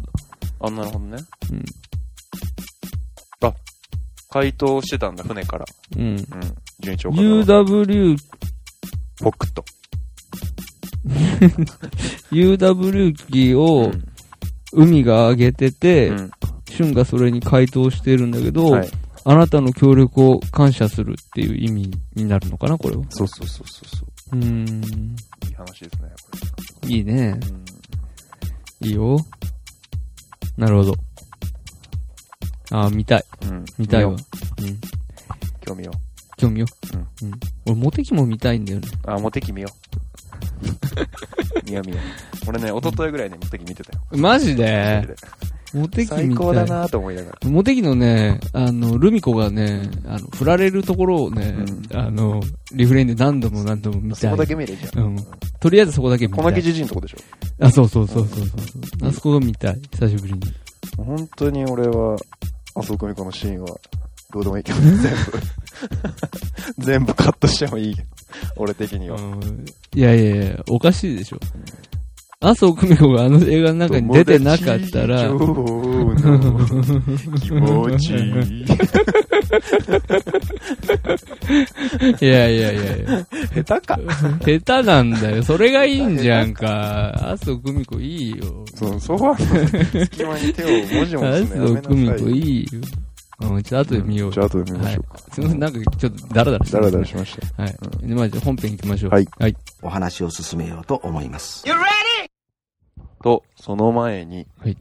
[SPEAKER 3] と。
[SPEAKER 2] あ、なるほどね。
[SPEAKER 3] うん。
[SPEAKER 2] あ、解凍してたんだ、船から。
[SPEAKER 3] うん。
[SPEAKER 2] うん。順調かな。
[SPEAKER 3] UW、
[SPEAKER 2] ポクッと。
[SPEAKER 3] UW 機を
[SPEAKER 2] ん。
[SPEAKER 3] 海が上げてて、
[SPEAKER 2] うん
[SPEAKER 3] シュンがそれに回答してるんだけど、
[SPEAKER 2] はい。
[SPEAKER 3] あなたの協力を感謝するっていう意味になるのかな、これは。
[SPEAKER 2] そうそうそうそうそう
[SPEAKER 3] ーん。
[SPEAKER 2] う。いい話ですね、こ
[SPEAKER 3] いいね。
[SPEAKER 2] れ。うん。
[SPEAKER 3] いいよ。なるほど。ああ、見たい。
[SPEAKER 2] うん。
[SPEAKER 3] 見たいわ。う
[SPEAKER 2] よ
[SPEAKER 3] ん
[SPEAKER 2] う。今日見よ
[SPEAKER 3] 興味よ。
[SPEAKER 2] う
[SPEAKER 3] うん。俺、モテキも見たいんだよね。
[SPEAKER 2] う。あ、モテキ見よう。 見よう見よう。俺ね、一昨日ぐらいにモテキ見てたよ。
[SPEAKER 3] マジ
[SPEAKER 2] マジ
[SPEAKER 3] で
[SPEAKER 2] で
[SPEAKER 3] モテキ見たい。
[SPEAKER 2] 最高だなと思いながら。
[SPEAKER 3] モテキのね、あの、ルミ子がね、あの、振られるところをね、
[SPEAKER 2] う
[SPEAKER 3] あの、リフレインで何度も何度も見
[SPEAKER 2] そ
[SPEAKER 3] たい
[SPEAKER 2] こだ。け見ればいいじゃ。
[SPEAKER 3] うんん。とりあえずそこだけ見た
[SPEAKER 2] 小牧
[SPEAKER 3] い。
[SPEAKER 2] じじいのとこでしょ。
[SPEAKER 3] あ、そうそうそうそうそう。あそこが見たい。久しぶりに。
[SPEAKER 2] 本当に俺は、麻生久美子のシーンは、どうでもい いけど、全部、全部カットしてもいいけど、俺的には。
[SPEAKER 3] うんいやいやいや、おかしいでしょ。麻生久美子があの映画の中に出てなかったら、
[SPEAKER 2] 友達の気持ちいい。
[SPEAKER 3] いやいやいやいや、
[SPEAKER 2] 下手か。
[SPEAKER 3] 下手なんだよ。それがいいんじゃんか。麻生久美子いいよ。
[SPEAKER 2] そう、ソファの隙間に手をもじも
[SPEAKER 3] 麻
[SPEAKER 2] じする のやめ
[SPEAKER 3] 生久美
[SPEAKER 2] な
[SPEAKER 3] 子
[SPEAKER 2] さい。
[SPEAKER 3] いいよ。うん、ちょっと後で見よう
[SPEAKER 2] じゃあ後で見ま
[SPEAKER 3] は
[SPEAKER 2] し
[SPEAKER 3] い
[SPEAKER 2] ょうか。。
[SPEAKER 3] すみません、なんかちょっとダラダラして
[SPEAKER 2] だ
[SPEAKER 3] ま
[SPEAKER 2] ら
[SPEAKER 3] す
[SPEAKER 2] だらしました。
[SPEAKER 3] はい。で、まあ、じゃあ本編行きましょう。
[SPEAKER 2] はい。
[SPEAKER 3] はい。
[SPEAKER 4] お話を進めようと思います。
[SPEAKER 2] と、その前に、
[SPEAKER 3] はい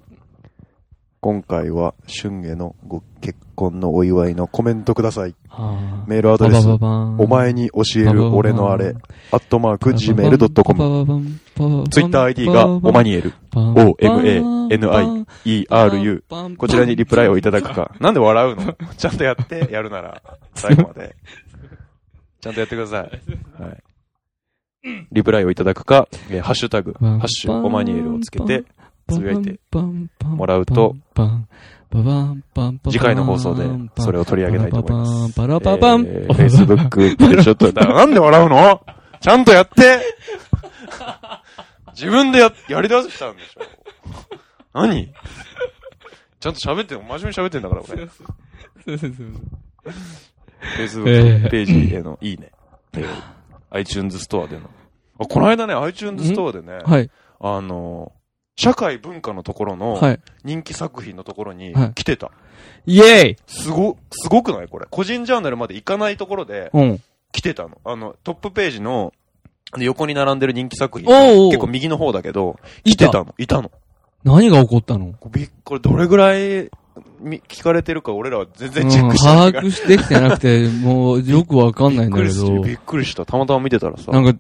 [SPEAKER 2] 今回は、春へのご結婚のお祝いのコメントください。
[SPEAKER 3] あー
[SPEAKER 2] メールアドレス、
[SPEAKER 3] ババババーン
[SPEAKER 2] お前に教える俺のあれ、アットマーク、gmail.com。ツイッター ID が、おまにえる。O-M-A-N-I-E-R-U。こちらにリプライをいただくか。なんで笑うのちゃんとやって、やるなら、最後まで。ちゃんとやってください。はい。リプライをいただくか、えーハッシュタグ、ハッシュ、オマニエルをつけて、つぶやいてもらうと、次回の放送で、それを取り上げたいと思います。
[SPEAKER 3] パラパパン
[SPEAKER 2] えー Facebook でちょっと、だから なんで笑うのちゃんとやって自分でや、やり出したんでしょ何ちゃんと喋ってんの、真面目に喋ってんだから、俺。
[SPEAKER 3] え
[SPEAKER 2] Facebook
[SPEAKER 3] え
[SPEAKER 2] ページへのいいね。えー iTunes ストアでの。あ、この間ね、iTunes ストアでね、
[SPEAKER 3] はい、
[SPEAKER 2] あのー、社会文化のところ
[SPEAKER 3] は
[SPEAKER 2] の
[SPEAKER 3] い。
[SPEAKER 2] 人気作品のところに
[SPEAKER 3] はい
[SPEAKER 2] 来てた。
[SPEAKER 3] イェイ
[SPEAKER 2] すご、すごくないこれ。個人ジャーナルまで行かないところで
[SPEAKER 3] うん。
[SPEAKER 2] 来てたの。あの、トップページの横に並んでる人気作品
[SPEAKER 3] おうお
[SPEAKER 2] の
[SPEAKER 3] う
[SPEAKER 2] 結構右の方だけど、
[SPEAKER 3] い
[SPEAKER 2] 来
[SPEAKER 3] た
[SPEAKER 2] てたの。いたの。
[SPEAKER 3] 何が起こったの
[SPEAKER 2] びっこれどれぐらいみ聞かれてるか俺らは全
[SPEAKER 3] う
[SPEAKER 2] 然
[SPEAKER 3] ん
[SPEAKER 2] チェックしてない
[SPEAKER 3] 把
[SPEAKER 2] から。
[SPEAKER 3] 握してきてなくて、もうよくわかんないんだけ
[SPEAKER 2] びっくりし
[SPEAKER 3] ど
[SPEAKER 2] た。びっくりした。たまたま見てたらさ。
[SPEAKER 3] なんか、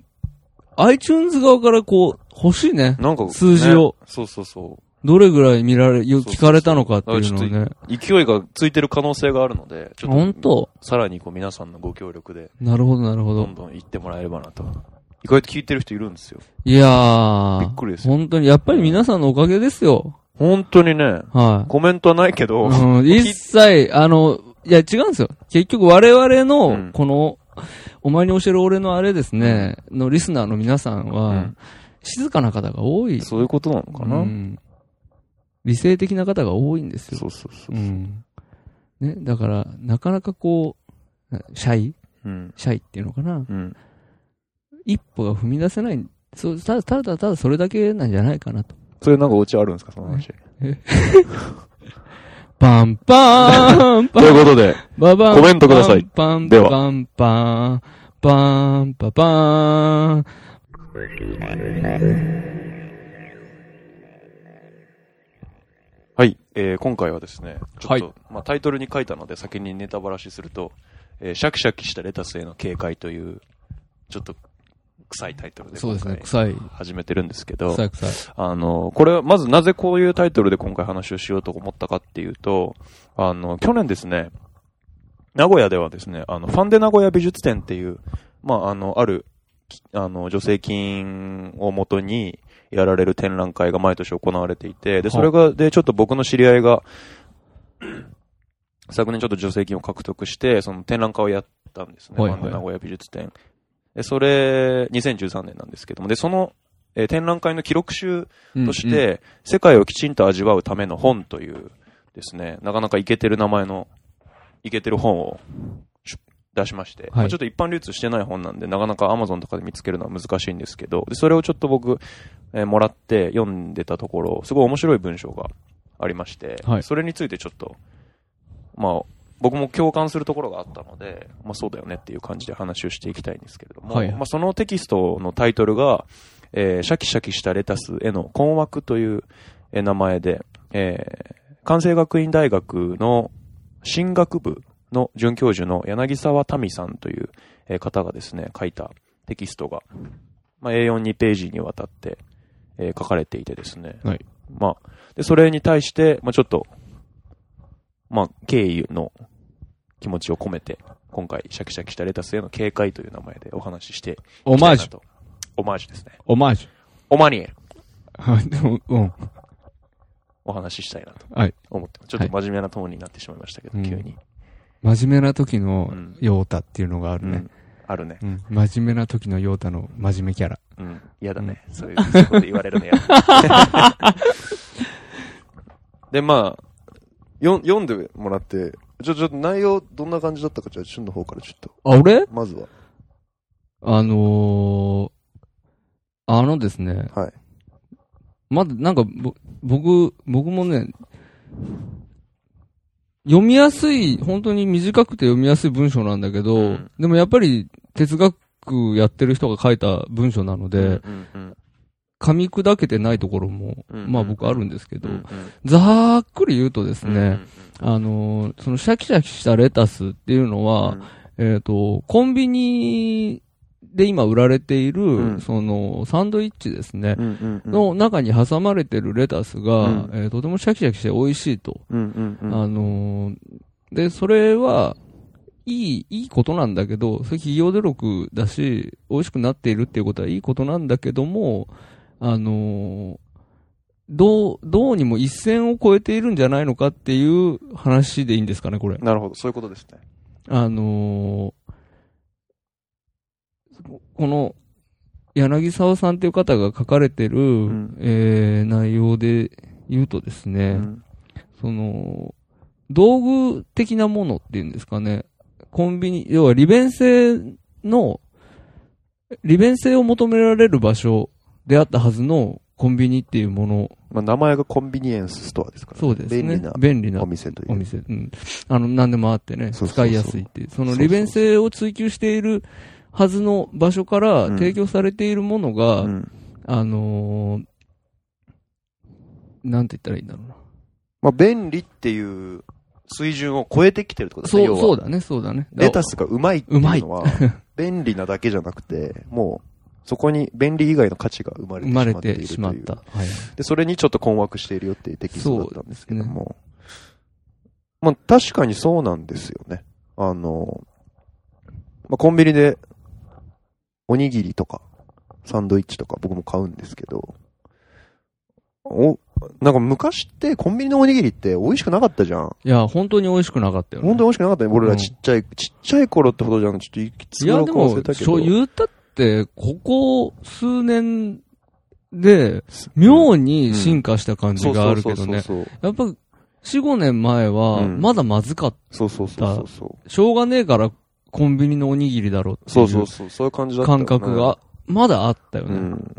[SPEAKER 3] iTunes 側からこう、欲しいね。
[SPEAKER 2] なんか、
[SPEAKER 3] 数字を
[SPEAKER 2] ねそうそうそ
[SPEAKER 3] どれぐらい見られ、よ
[SPEAKER 2] そうそう
[SPEAKER 3] 聞かれたのかっていうのを
[SPEAKER 2] だから
[SPEAKER 3] ね。
[SPEAKER 2] う。勢いがついてる可能性があるので、ちょっと。
[SPEAKER 3] 本当
[SPEAKER 2] さらにこう皆さんのご協力で、
[SPEAKER 3] なるほど、なるほ
[SPEAKER 2] ど
[SPEAKER 3] ど
[SPEAKER 2] ん。どん行ってもらえればなと。意外と聞いてる人いるんですよ。
[SPEAKER 3] いやー。
[SPEAKER 2] びっくりですよ
[SPEAKER 3] 本当に、やっぱり皆さんのおかげですよ。
[SPEAKER 2] 本当にね、
[SPEAKER 3] はい。
[SPEAKER 2] コメントはないけど、
[SPEAKER 3] うん、一切、あの、いや、違うんですよ。結局、我々
[SPEAKER 2] う
[SPEAKER 3] の
[SPEAKER 2] ん、
[SPEAKER 3] この、お前に教える俺のあれですね、のリスナーの皆さんは、
[SPEAKER 2] うん
[SPEAKER 3] 静かな方が多い。
[SPEAKER 2] そういうことなのかな、
[SPEAKER 3] うん理性的な方が多いんですよ。
[SPEAKER 2] そうそうそう。
[SPEAKER 3] うん。ね、だから、なかなかこう、シャイ
[SPEAKER 2] うん。
[SPEAKER 3] シャイっていうのかな
[SPEAKER 2] うん。
[SPEAKER 3] 一歩が踏み出せない。そう、ただ、ただ、ただそれだけなんじゃないかなと。
[SPEAKER 2] それなんかお家あるんですかその話。
[SPEAKER 3] パンパーン パ
[SPEAKER 2] と
[SPEAKER 3] ン
[SPEAKER 2] いうことで、
[SPEAKER 3] ババン
[SPEAKER 2] コメントください
[SPEAKER 3] パン
[SPEAKER 2] では
[SPEAKER 3] パンパンパン、パンパパーン。
[SPEAKER 2] はい、えー今回はですね、ちょっと、
[SPEAKER 3] は
[SPEAKER 2] まあ、タイトルに書いたので先にネタバラシすると、えーシャキシャキしたレタスへの警戒という、ちょっと臭いタイトルで
[SPEAKER 3] そう
[SPEAKER 2] 今
[SPEAKER 3] ですね
[SPEAKER 2] 回、
[SPEAKER 3] 臭い。
[SPEAKER 2] 始めてるんですけど、
[SPEAKER 3] 臭い臭い。
[SPEAKER 2] あの、これはまずなぜこういうタイトルで今回話をしようと思ったかっていうと、あの、去年ですね、名古屋ではですね、あの、ファンデ名古屋美術展っていう、まあ、あの、ある、きあの、助成金をもとにやられる展覧会が毎年行われていて、で、それが、で、ちょっと僕の知り合いが、 昨年ちょっと助成金を獲得して、その展覧会をやったんですね。
[SPEAKER 3] はい
[SPEAKER 2] ファンデ名古屋美術展。で、それ、2013年なんですけども、で、その、えー展覧会の記録集とし
[SPEAKER 3] うんうん、
[SPEAKER 2] て、世界をきちんと味わうための本というですね、なかなかイケてる名前の、イケてる本を出出しまして、まあちょっと一般流通してない本なんで、なかなか Amazon とかで見つけるのは難しいんですけど、でそれをちょっと僕、えーもらって読んでたところ、すごい面白い文章がありまして、
[SPEAKER 3] はい
[SPEAKER 2] それについてちょっと、まあ、僕も共感するところがあったので、まあそうだよねっていう感じで話をしていきたいんですけれども、
[SPEAKER 3] はい
[SPEAKER 2] まあそのテキストのタイトルが、えーシャキシャキしたレタスへの困惑というえー名前で、えー関西学院大学の進学部の准教授の柳沢民さんというえー方がですね、書いたテキストが、まあ A42 ページにわたって、えー書かれていてですね、
[SPEAKER 3] はい
[SPEAKER 2] まあ、で、それに対して、まあちょっと、まあ、敬意の気持ちを込めて、今回、シャキシャキしたレタスへの警戒という名前でお話ししていき
[SPEAKER 3] オ
[SPEAKER 2] た
[SPEAKER 3] マ
[SPEAKER 2] いな
[SPEAKER 3] ージュ。
[SPEAKER 2] と。オマージュですね。
[SPEAKER 3] オマージュ。
[SPEAKER 2] オマニエル、
[SPEAKER 3] はい、でも、うん。
[SPEAKER 2] お話ししたいなと
[SPEAKER 3] はい。
[SPEAKER 2] 思ってます。ちょっと真面目なトーンになってしまいましたけど、
[SPEAKER 3] うん
[SPEAKER 2] 急に。
[SPEAKER 3] 真面目な時の
[SPEAKER 2] うん
[SPEAKER 3] ヨータっていうのがあ
[SPEAKER 2] う
[SPEAKER 3] るね
[SPEAKER 2] ん。。あるね。
[SPEAKER 3] うん。真面目な時のヨータの真面目キャラ。
[SPEAKER 2] うん。嫌だね。そういう、そういうこと言われるの嫌だ。 で、まあ、よん読んでもらって、ちょ、ちょっと内容どんな感じだったか、じゃあ、旬の方からちょっと、
[SPEAKER 3] あ、俺
[SPEAKER 2] まずは。
[SPEAKER 3] あのー、あのですね。
[SPEAKER 2] はい。
[SPEAKER 3] まだ、なんか、ぼ僕、僕もね、読みやすい、本当に短くて読みやすい文章なんだけど、
[SPEAKER 2] うん
[SPEAKER 3] でもやっぱり哲学やってる人が書いた文章なので、
[SPEAKER 2] うんうん
[SPEAKER 3] 噛み砕けてないところも、
[SPEAKER 2] うん
[SPEAKER 3] まあ僕あるんですけ
[SPEAKER 2] う
[SPEAKER 3] ど、
[SPEAKER 2] ん
[SPEAKER 3] ざーっくり言うとです
[SPEAKER 2] うんうんうん
[SPEAKER 3] ね、あのーそのシャキシャキしたレタスっていうのは、えっ、と、コンビニで今売られている、
[SPEAKER 2] ん
[SPEAKER 3] その、サンドイッチですね、
[SPEAKER 2] うんうんうん
[SPEAKER 3] の中に挟まれてるレタスが、
[SPEAKER 2] うん
[SPEAKER 3] えーとてもシャキシャキして美味しいと。
[SPEAKER 2] うんうんうん
[SPEAKER 3] あのーで、それは、いい、いいことなんだけど、それ企業努力だし、美味しくなっているっていうことはいいことなんだけども、あのーどう、どうにも一線を越えているんじゃないのかっていう話でいいんですかね、これ。
[SPEAKER 2] なるほど、そういうことですね。
[SPEAKER 3] あのーこの、柳沢さんという方が書かれてる、
[SPEAKER 2] ん
[SPEAKER 3] えー内容で言うとですね、その、道具的なものっていうんですかね、コンビニ、要は利便性の、利便性を求められる場所であったはずのコンビニっていうもの、
[SPEAKER 2] まあ、名前がコンビニエンスストアですから、
[SPEAKER 3] そうですね。
[SPEAKER 2] 便利な
[SPEAKER 3] 便利な
[SPEAKER 2] お店とい
[SPEAKER 3] お
[SPEAKER 2] う。
[SPEAKER 3] 店、うん。あの、何でもあってね、
[SPEAKER 2] そうそうそう
[SPEAKER 3] 使いやすいっていう。その
[SPEAKER 2] そうそう
[SPEAKER 3] 利便性を追求しているはずの場所から
[SPEAKER 2] うん
[SPEAKER 3] 提供されているものが、
[SPEAKER 2] うん
[SPEAKER 3] あのーなんて言ったらいいんだろうな。
[SPEAKER 2] まあ、便利っていう水準を超えてきてるってことですね。
[SPEAKER 3] そ
[SPEAKER 2] 要
[SPEAKER 3] う、そう
[SPEAKER 2] は
[SPEAKER 3] だね、そうだね。
[SPEAKER 2] レタスがうまいっていうのは
[SPEAKER 3] うま、
[SPEAKER 2] 便利なだけじゃなくて、もう、そこに便利以外の価値が生まれ
[SPEAKER 3] 生まれ
[SPEAKER 2] て
[SPEAKER 3] てし
[SPEAKER 2] し
[SPEAKER 3] ま
[SPEAKER 2] まっ
[SPEAKER 3] って
[SPEAKER 2] いると
[SPEAKER 3] た。
[SPEAKER 2] いう。
[SPEAKER 3] はい。
[SPEAKER 2] で、それにちょっと困惑しているよっていうテキストだったんですけど
[SPEAKER 3] そ
[SPEAKER 2] も。まあ、確かにそうなんですよね。あの、まあ、コンビニで、おにぎりとか、サンドイッチとか僕も買うんですけど、お、なんか昔ってコンビニのおにぎりって美味しくなかったじゃん。
[SPEAKER 3] いや、本当に美味しくなかったよね。
[SPEAKER 2] 本当に美味しくなかったね。俺
[SPEAKER 3] う
[SPEAKER 2] ら
[SPEAKER 3] ん
[SPEAKER 2] ちっちゃい、ちっちゃい頃ってほどじゃん。ちょっといきつ
[SPEAKER 3] い
[SPEAKER 2] く
[SPEAKER 3] や、
[SPEAKER 2] の
[SPEAKER 3] で
[SPEAKER 2] か
[SPEAKER 3] も
[SPEAKER 2] 忘れた、け
[SPEAKER 3] そう
[SPEAKER 2] ど。
[SPEAKER 3] 言ったって、ここ数年で、妙に進化した感じがあるけどね。
[SPEAKER 2] そう
[SPEAKER 3] やっぱ、4、5年前は、
[SPEAKER 2] うん
[SPEAKER 3] まだまずかった。
[SPEAKER 2] そうそうそうそうそう。
[SPEAKER 3] しょうがねえから、コンビニのおにぎりだろって
[SPEAKER 2] そうそ
[SPEAKER 3] いう
[SPEAKER 2] そう。そういう感じだっ
[SPEAKER 3] う
[SPEAKER 2] たよね
[SPEAKER 3] 感覚が、まだあったよ
[SPEAKER 2] う
[SPEAKER 3] ね。
[SPEAKER 2] ん。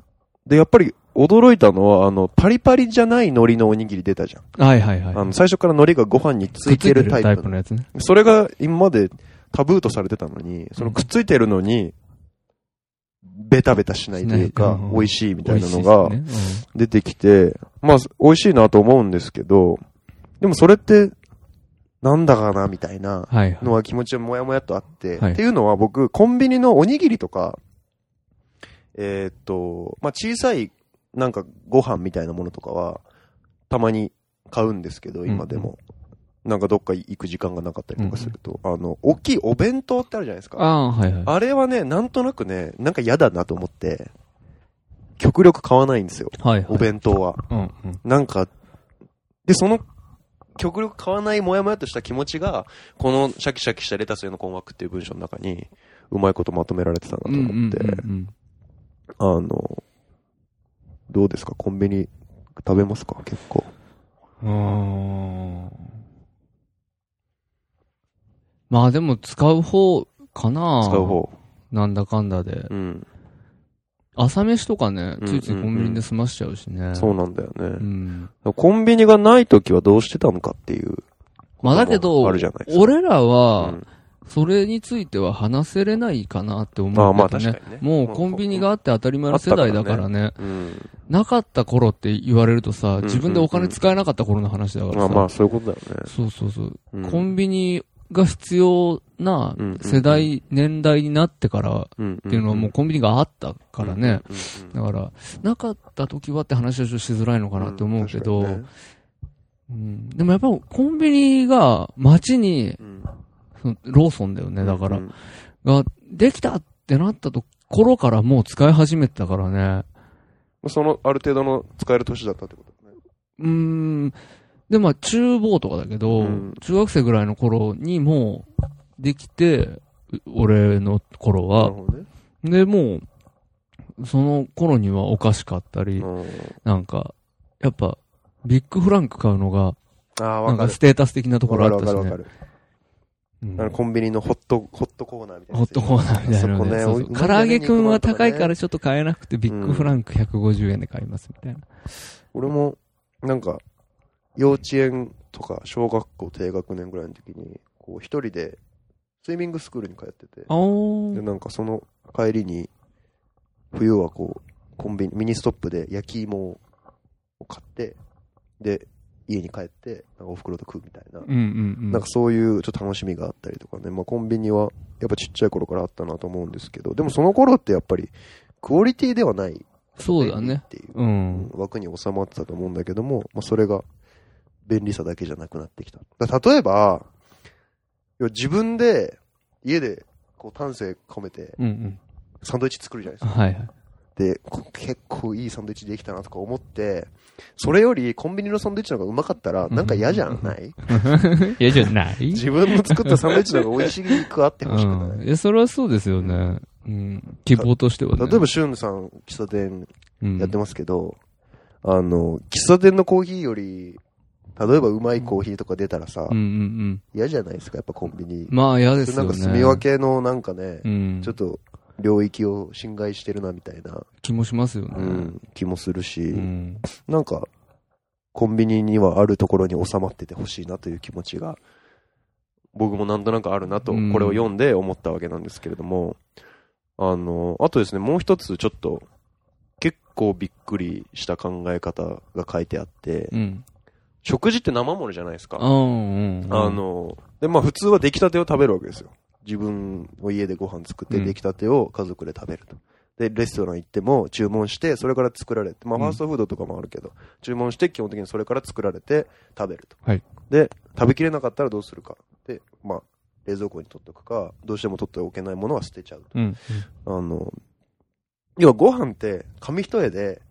[SPEAKER 2] で、やっぱり驚いたのは、あの、パリパリじゃない海苔のおにぎり出たじゃん。
[SPEAKER 3] はいはいはい。
[SPEAKER 2] あの、最初から海苔がご飯についてるタイ
[SPEAKER 3] くっついて
[SPEAKER 2] プ
[SPEAKER 3] るのやつね。
[SPEAKER 2] それが今までタブーとされてたのに、そのくっついてるのに、ベタベタしないという
[SPEAKER 3] し
[SPEAKER 2] か
[SPEAKER 3] ないうん、
[SPEAKER 2] 美味しいみたいなのが
[SPEAKER 3] 美味しいですね
[SPEAKER 2] 出てきて、まあ、美味しいなと思うんですけど、でもそれって、なんだかな、みたいな
[SPEAKER 3] うんはいはい。
[SPEAKER 2] のは気持ちがもやもやとあって、
[SPEAKER 3] はい
[SPEAKER 2] っていうのは僕、コンビニのおにぎりとか、えーっと、まあ、小さい、なんかご飯みたいなものとかは、たまに買うんですけど、今でも。なんかどっか行く時間がなかったりとかすると、あの、大きいお弁当ってあるじゃないですか。あ
[SPEAKER 3] ああー、はいはい。
[SPEAKER 2] れはね、なんとなくね、なんか嫌だなと思って、極力買わないんですよ、
[SPEAKER 3] はいは
[SPEAKER 2] お
[SPEAKER 3] い。
[SPEAKER 2] 弁当は。
[SPEAKER 3] うんうん
[SPEAKER 2] なんか、で、その、極力買わないもやもやとした気持ちが、このシャキシャキしたレタスへの困惑っていう文章の中に、うまいことまとめられてたなと
[SPEAKER 3] うんうん
[SPEAKER 2] 思って、
[SPEAKER 3] うん
[SPEAKER 2] あの、どうですかコンビニ食べますか結構。
[SPEAKER 3] うん。うーんまあでも使う方かな
[SPEAKER 2] 使う方。
[SPEAKER 3] なんだかんだで。
[SPEAKER 2] うん。
[SPEAKER 3] 朝飯とかね、
[SPEAKER 2] うん
[SPEAKER 3] ついついコンビニで済ましちゃうしね。
[SPEAKER 2] そうなんだよね。
[SPEAKER 3] うん。
[SPEAKER 2] コンビニがない時はどうしてたのかっていう
[SPEAKER 3] まあだけど
[SPEAKER 2] あるじゃないですか。
[SPEAKER 3] 俺ら
[SPEAKER 2] う
[SPEAKER 3] は
[SPEAKER 2] ん、
[SPEAKER 3] それについては話せれないかなって思うけど、ね。
[SPEAKER 2] まあまあ確かにね
[SPEAKER 3] もうコンビニがあって当たり前の世代だからね。
[SPEAKER 2] うん。
[SPEAKER 3] なかった頃って言われるとさ、
[SPEAKER 2] ん
[SPEAKER 3] 自分でお金使えなかった頃の話だからさ。
[SPEAKER 2] まあまあ、そういうことだよね。
[SPEAKER 3] そうそうそう。
[SPEAKER 2] うん
[SPEAKER 3] コンビニが必要な
[SPEAKER 2] うんうんうん
[SPEAKER 3] 世代、年代になってからっ
[SPEAKER 2] うん
[SPEAKER 3] ていうのはもうコンビニがあったからね。
[SPEAKER 2] うんうん
[SPEAKER 3] だから、なかった時はって話はちょっとしづらいのかなって思うけど、
[SPEAKER 2] ん
[SPEAKER 3] う
[SPEAKER 2] 確か
[SPEAKER 3] んでもやっぱコンビニが街に、
[SPEAKER 2] にね
[SPEAKER 3] そのローソンだよ
[SPEAKER 2] う
[SPEAKER 3] ね、
[SPEAKER 2] ん
[SPEAKER 3] だから
[SPEAKER 2] う、ん
[SPEAKER 3] ができたってなったところからもう使い始めてたからね。
[SPEAKER 2] その、ある程度の使える年だったってことだね。
[SPEAKER 3] うーん。で、まあ、厨房とかだけど、
[SPEAKER 2] うん
[SPEAKER 3] 中学生ぐらいの頃にもう、できて、う俺の頃
[SPEAKER 2] なる
[SPEAKER 3] は。
[SPEAKER 2] ほどね
[SPEAKER 3] で、もう、その頃にはおかしかったり、
[SPEAKER 2] うん。
[SPEAKER 3] なんか、やっぱ、ビッグフランク買うのが、
[SPEAKER 2] ああ、
[SPEAKER 3] な
[SPEAKER 2] わ
[SPEAKER 3] ん
[SPEAKER 2] か
[SPEAKER 3] か
[SPEAKER 2] る
[SPEAKER 3] ス。テータス的なとこ
[SPEAKER 2] わかる
[SPEAKER 3] ろあっ
[SPEAKER 2] わ
[SPEAKER 3] た
[SPEAKER 2] か
[SPEAKER 3] し
[SPEAKER 2] るわか
[SPEAKER 3] ね。
[SPEAKER 2] る。
[SPEAKER 3] うん
[SPEAKER 2] あのコンビニのホット、ホットコーナーみたいな
[SPEAKER 3] ホ
[SPEAKER 2] やつ。
[SPEAKER 3] ットコーナーみたいなのね。
[SPEAKER 2] あそ
[SPEAKER 3] そ
[SPEAKER 2] こ
[SPEAKER 3] う
[SPEAKER 2] ね
[SPEAKER 3] そう唐揚げくんは高いから
[SPEAKER 2] ね
[SPEAKER 3] ちょっと買えなくて、ビッグフランク150円で買いますみたいな。
[SPEAKER 2] 俺も、なんか、幼稚園とか小学校低学年ぐらいの時に、こう一人でスイミングスクールに通ってて、
[SPEAKER 3] あお
[SPEAKER 2] で、
[SPEAKER 3] ー。
[SPEAKER 2] なんかその帰りに、冬はこう、コンビニ、ミニストップで焼き芋を買って、で、家に帰って、なんかお袋と食うみたいな、
[SPEAKER 3] うんうんうん。
[SPEAKER 2] なんかそういうちょっと楽しみがあったりとかね、まあコンビニはやっぱちっちゃい頃からあったなと思うんですけど、でもその頃ってやっぱり、クオリティではない。
[SPEAKER 3] そうだね。
[SPEAKER 2] っていう。
[SPEAKER 3] うん。
[SPEAKER 2] 枠に収まってたと思うんだけども、まあ、それが便利さだけじゃなくなってきた。だから例えば、要は自分で家でこう丹精込めて
[SPEAKER 3] うんうん。
[SPEAKER 2] サンドイッチ作るじゃないですか。
[SPEAKER 3] は いはい。
[SPEAKER 2] で、こ結構いいサンドイッチできたなとか思って、それよりコンビニのサンドイッチの方がうまかったらなんか嫌じゃない
[SPEAKER 3] いやじゃない
[SPEAKER 2] 自分の作ったサンドイッチの方が美味しくあってほしくない、
[SPEAKER 3] うん。いや、それはそうですよね。うん。希望としてはね。
[SPEAKER 2] 例えば、、シュンさん喫茶店
[SPEAKER 3] うん、
[SPEAKER 2] やってますけど、あの、喫茶店のコーヒーより、例えばうまいコーヒーとか出たらさ、
[SPEAKER 3] うんうんうん。
[SPEAKER 2] 嫌じゃないですか、やっぱコンビニ。
[SPEAKER 3] まあ、嫌です
[SPEAKER 2] な
[SPEAKER 3] よ
[SPEAKER 2] ん
[SPEAKER 3] ね。
[SPEAKER 2] か住み分けのなんかね、
[SPEAKER 3] うん。
[SPEAKER 2] ちょっと領域を侵害してるなみたいな、
[SPEAKER 3] 気もしますよね。
[SPEAKER 2] うん、気もするし、
[SPEAKER 3] うん。
[SPEAKER 2] なんか、コンビニにはあるところに収まっててほしいなという気持ちが、僕もなんとなくあるなと、
[SPEAKER 3] うん
[SPEAKER 2] これを読んで思ったわけなんですけれども、あの、あとですね、もう一つちょっと、結構びっくりした考え方が書いてあって、
[SPEAKER 3] うん。
[SPEAKER 2] 食事って生ものじゃないですか。
[SPEAKER 3] あうんうん。
[SPEAKER 2] あ、の、で、まあ普通は出来たてを食べるわけですよ。自分の家でご飯作って
[SPEAKER 3] うん
[SPEAKER 2] 出来たてを家族で食べると。で、レストラン行っても注文して、それから作られて、まあ
[SPEAKER 3] うん
[SPEAKER 2] ファーストフードとかもあるけど、注文して基本的にそれから作られて食べると。
[SPEAKER 3] はい
[SPEAKER 2] で、食べきれなかったらどうするか。で、まあ、冷蔵庫に取っとくか、どうしても取っておけないものは捨てちゃうと。
[SPEAKER 3] うん。
[SPEAKER 2] あの、要はご飯って紙一重で、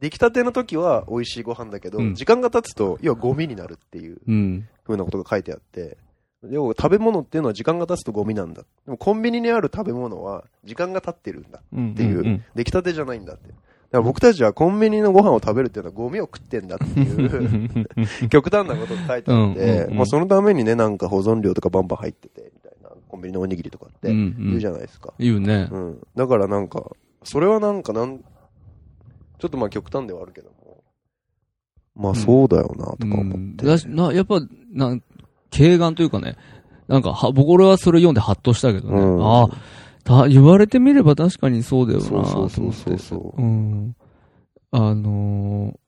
[SPEAKER 2] 出来たての時は美味しいご飯だけど、
[SPEAKER 3] うん
[SPEAKER 2] 時間が経つと、要はゴミになるっていう。
[SPEAKER 3] うん。
[SPEAKER 2] ふうなことが書いてあって、要は食べ物っていうのは時間が経つとゴミなんだ。でもコンビニにある食べ物は時間が経ってるんだ。
[SPEAKER 3] うん。
[SPEAKER 2] ていうん出来たてじゃないんだって。だから僕たちはコンビニのご飯を食べるっていうのはゴミを食ってんだっていう 極端なことが書いてあっ
[SPEAKER 3] うんうん
[SPEAKER 2] て、
[SPEAKER 3] うん
[SPEAKER 2] まあそのためにね、なんか保存料とかバンバン入ってて、みたいな、コンビニのおにぎりとかっ
[SPEAKER 3] うん。う。
[SPEAKER 2] て言うんじゃないですか。
[SPEAKER 3] 言うね
[SPEAKER 2] う。ん。だからなんか、それはなんかなん、ちょっとまあ極端ではあるけども、まあそうだよな、とか
[SPEAKER 3] う
[SPEAKER 2] 思っ
[SPEAKER 3] ん
[SPEAKER 2] て。
[SPEAKER 3] だしな、やっぱ、な、軽眼というかね、なんか、は、僕俺はそれ読んでハッとしたけどね。
[SPEAKER 2] うん
[SPEAKER 3] ああ、た、言われてみれば確かにそうだよなと思って。
[SPEAKER 2] そうそうそうそうそう
[SPEAKER 3] うん。あのー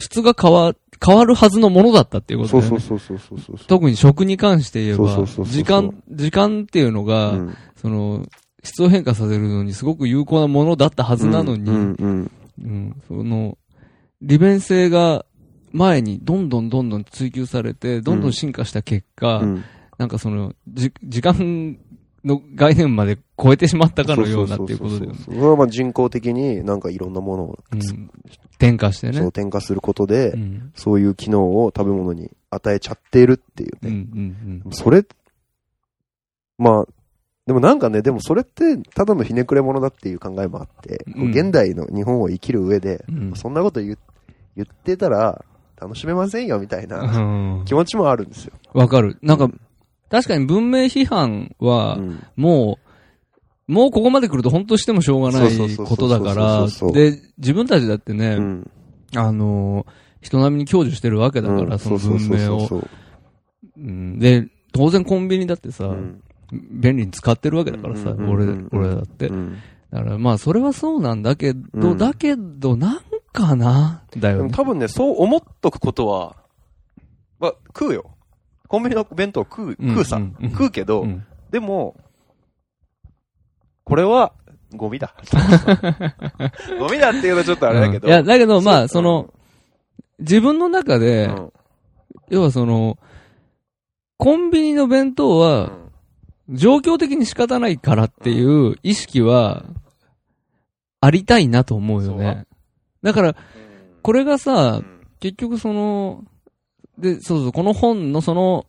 [SPEAKER 3] 質が変わ、変わるはずのものだったっていうこと
[SPEAKER 2] そ
[SPEAKER 3] だ
[SPEAKER 2] う
[SPEAKER 3] よね。
[SPEAKER 2] そうそうそうそうそう。
[SPEAKER 3] 特に食に関して言えば
[SPEAKER 2] そうそうそう、そう
[SPEAKER 3] 時間、時間っていうのが、
[SPEAKER 2] うん
[SPEAKER 3] その、質を変化させるのにすごく有効なものだったはずなのに、
[SPEAKER 2] うんうん
[SPEAKER 3] うん、その、利便性が前にどんどんどんどん追求されて、どんどん進化した結果、
[SPEAKER 2] うん
[SPEAKER 3] なんかその、じ、時間の概念まで超えてしまったかのようなっていうことで、
[SPEAKER 2] そ
[SPEAKER 3] ね
[SPEAKER 2] そそそそれはまあ人工的になんかいろんなものを
[SPEAKER 3] う
[SPEAKER 2] つ、
[SPEAKER 3] ん、転化して
[SPEAKER 2] そ
[SPEAKER 3] ね
[SPEAKER 2] う。添加することで、
[SPEAKER 3] うん。
[SPEAKER 2] そういう機能を食べ物に与えちゃっているっていう
[SPEAKER 3] うん、う
[SPEAKER 2] ね。
[SPEAKER 3] ん、
[SPEAKER 2] それ、まあ、でもなんかね、でもそれってただのひねくれ者だっていう考えもあって、
[SPEAKER 3] うん
[SPEAKER 2] 現代の日本を生きる上で、
[SPEAKER 3] うん。
[SPEAKER 2] そんなこと言う言ってたら楽しめませんよみたいな
[SPEAKER 3] うん。
[SPEAKER 2] 気持ちもあるんですよ。
[SPEAKER 3] わかる。なん
[SPEAKER 2] う
[SPEAKER 3] か、確かに文明批判は、
[SPEAKER 2] うん
[SPEAKER 3] もう、もうここまで来ると本当してもしょうがな
[SPEAKER 2] そうそう
[SPEAKER 3] い
[SPEAKER 2] そうそう
[SPEAKER 3] ことだか
[SPEAKER 2] そうそうそう
[SPEAKER 3] ら、で、自分たちだってね、
[SPEAKER 2] うん
[SPEAKER 3] あのー人並みに享受してるわけだから、その文明
[SPEAKER 2] そうそうそう
[SPEAKER 3] を。
[SPEAKER 2] そう
[SPEAKER 3] うん、で、当然コンビニだってさ、
[SPEAKER 2] うん
[SPEAKER 3] 便利に使ってるわけだからさ、
[SPEAKER 2] うん
[SPEAKER 3] 俺
[SPEAKER 2] うん、
[SPEAKER 3] 俺だって
[SPEAKER 2] う。ん
[SPEAKER 3] だからまあ、それはそうなんだけど、
[SPEAKER 2] うん
[SPEAKER 3] だけど、なんかな、だ
[SPEAKER 2] でも
[SPEAKER 3] よね。
[SPEAKER 2] 多分ね、そう思っとくことは、まあ、食うよ。コンビニの弁当食う、
[SPEAKER 3] うん
[SPEAKER 2] 食うさ。
[SPEAKER 3] うんうん
[SPEAKER 2] 食うけど、
[SPEAKER 3] うん
[SPEAKER 2] でも、これは、ゴ ミだ。ゴミだっていうのはちょっとあれだけど。
[SPEAKER 3] うんいや、だけどま
[SPEAKER 2] う
[SPEAKER 3] あ、その、、自分の中
[SPEAKER 2] う
[SPEAKER 3] で、
[SPEAKER 2] んうん
[SPEAKER 3] 要はその、コンビニの弁当は、状況的に仕方ないからっていう意識は、ありたいなと思うよね。だから、これがさ、結局その、で、そうそう、この本のその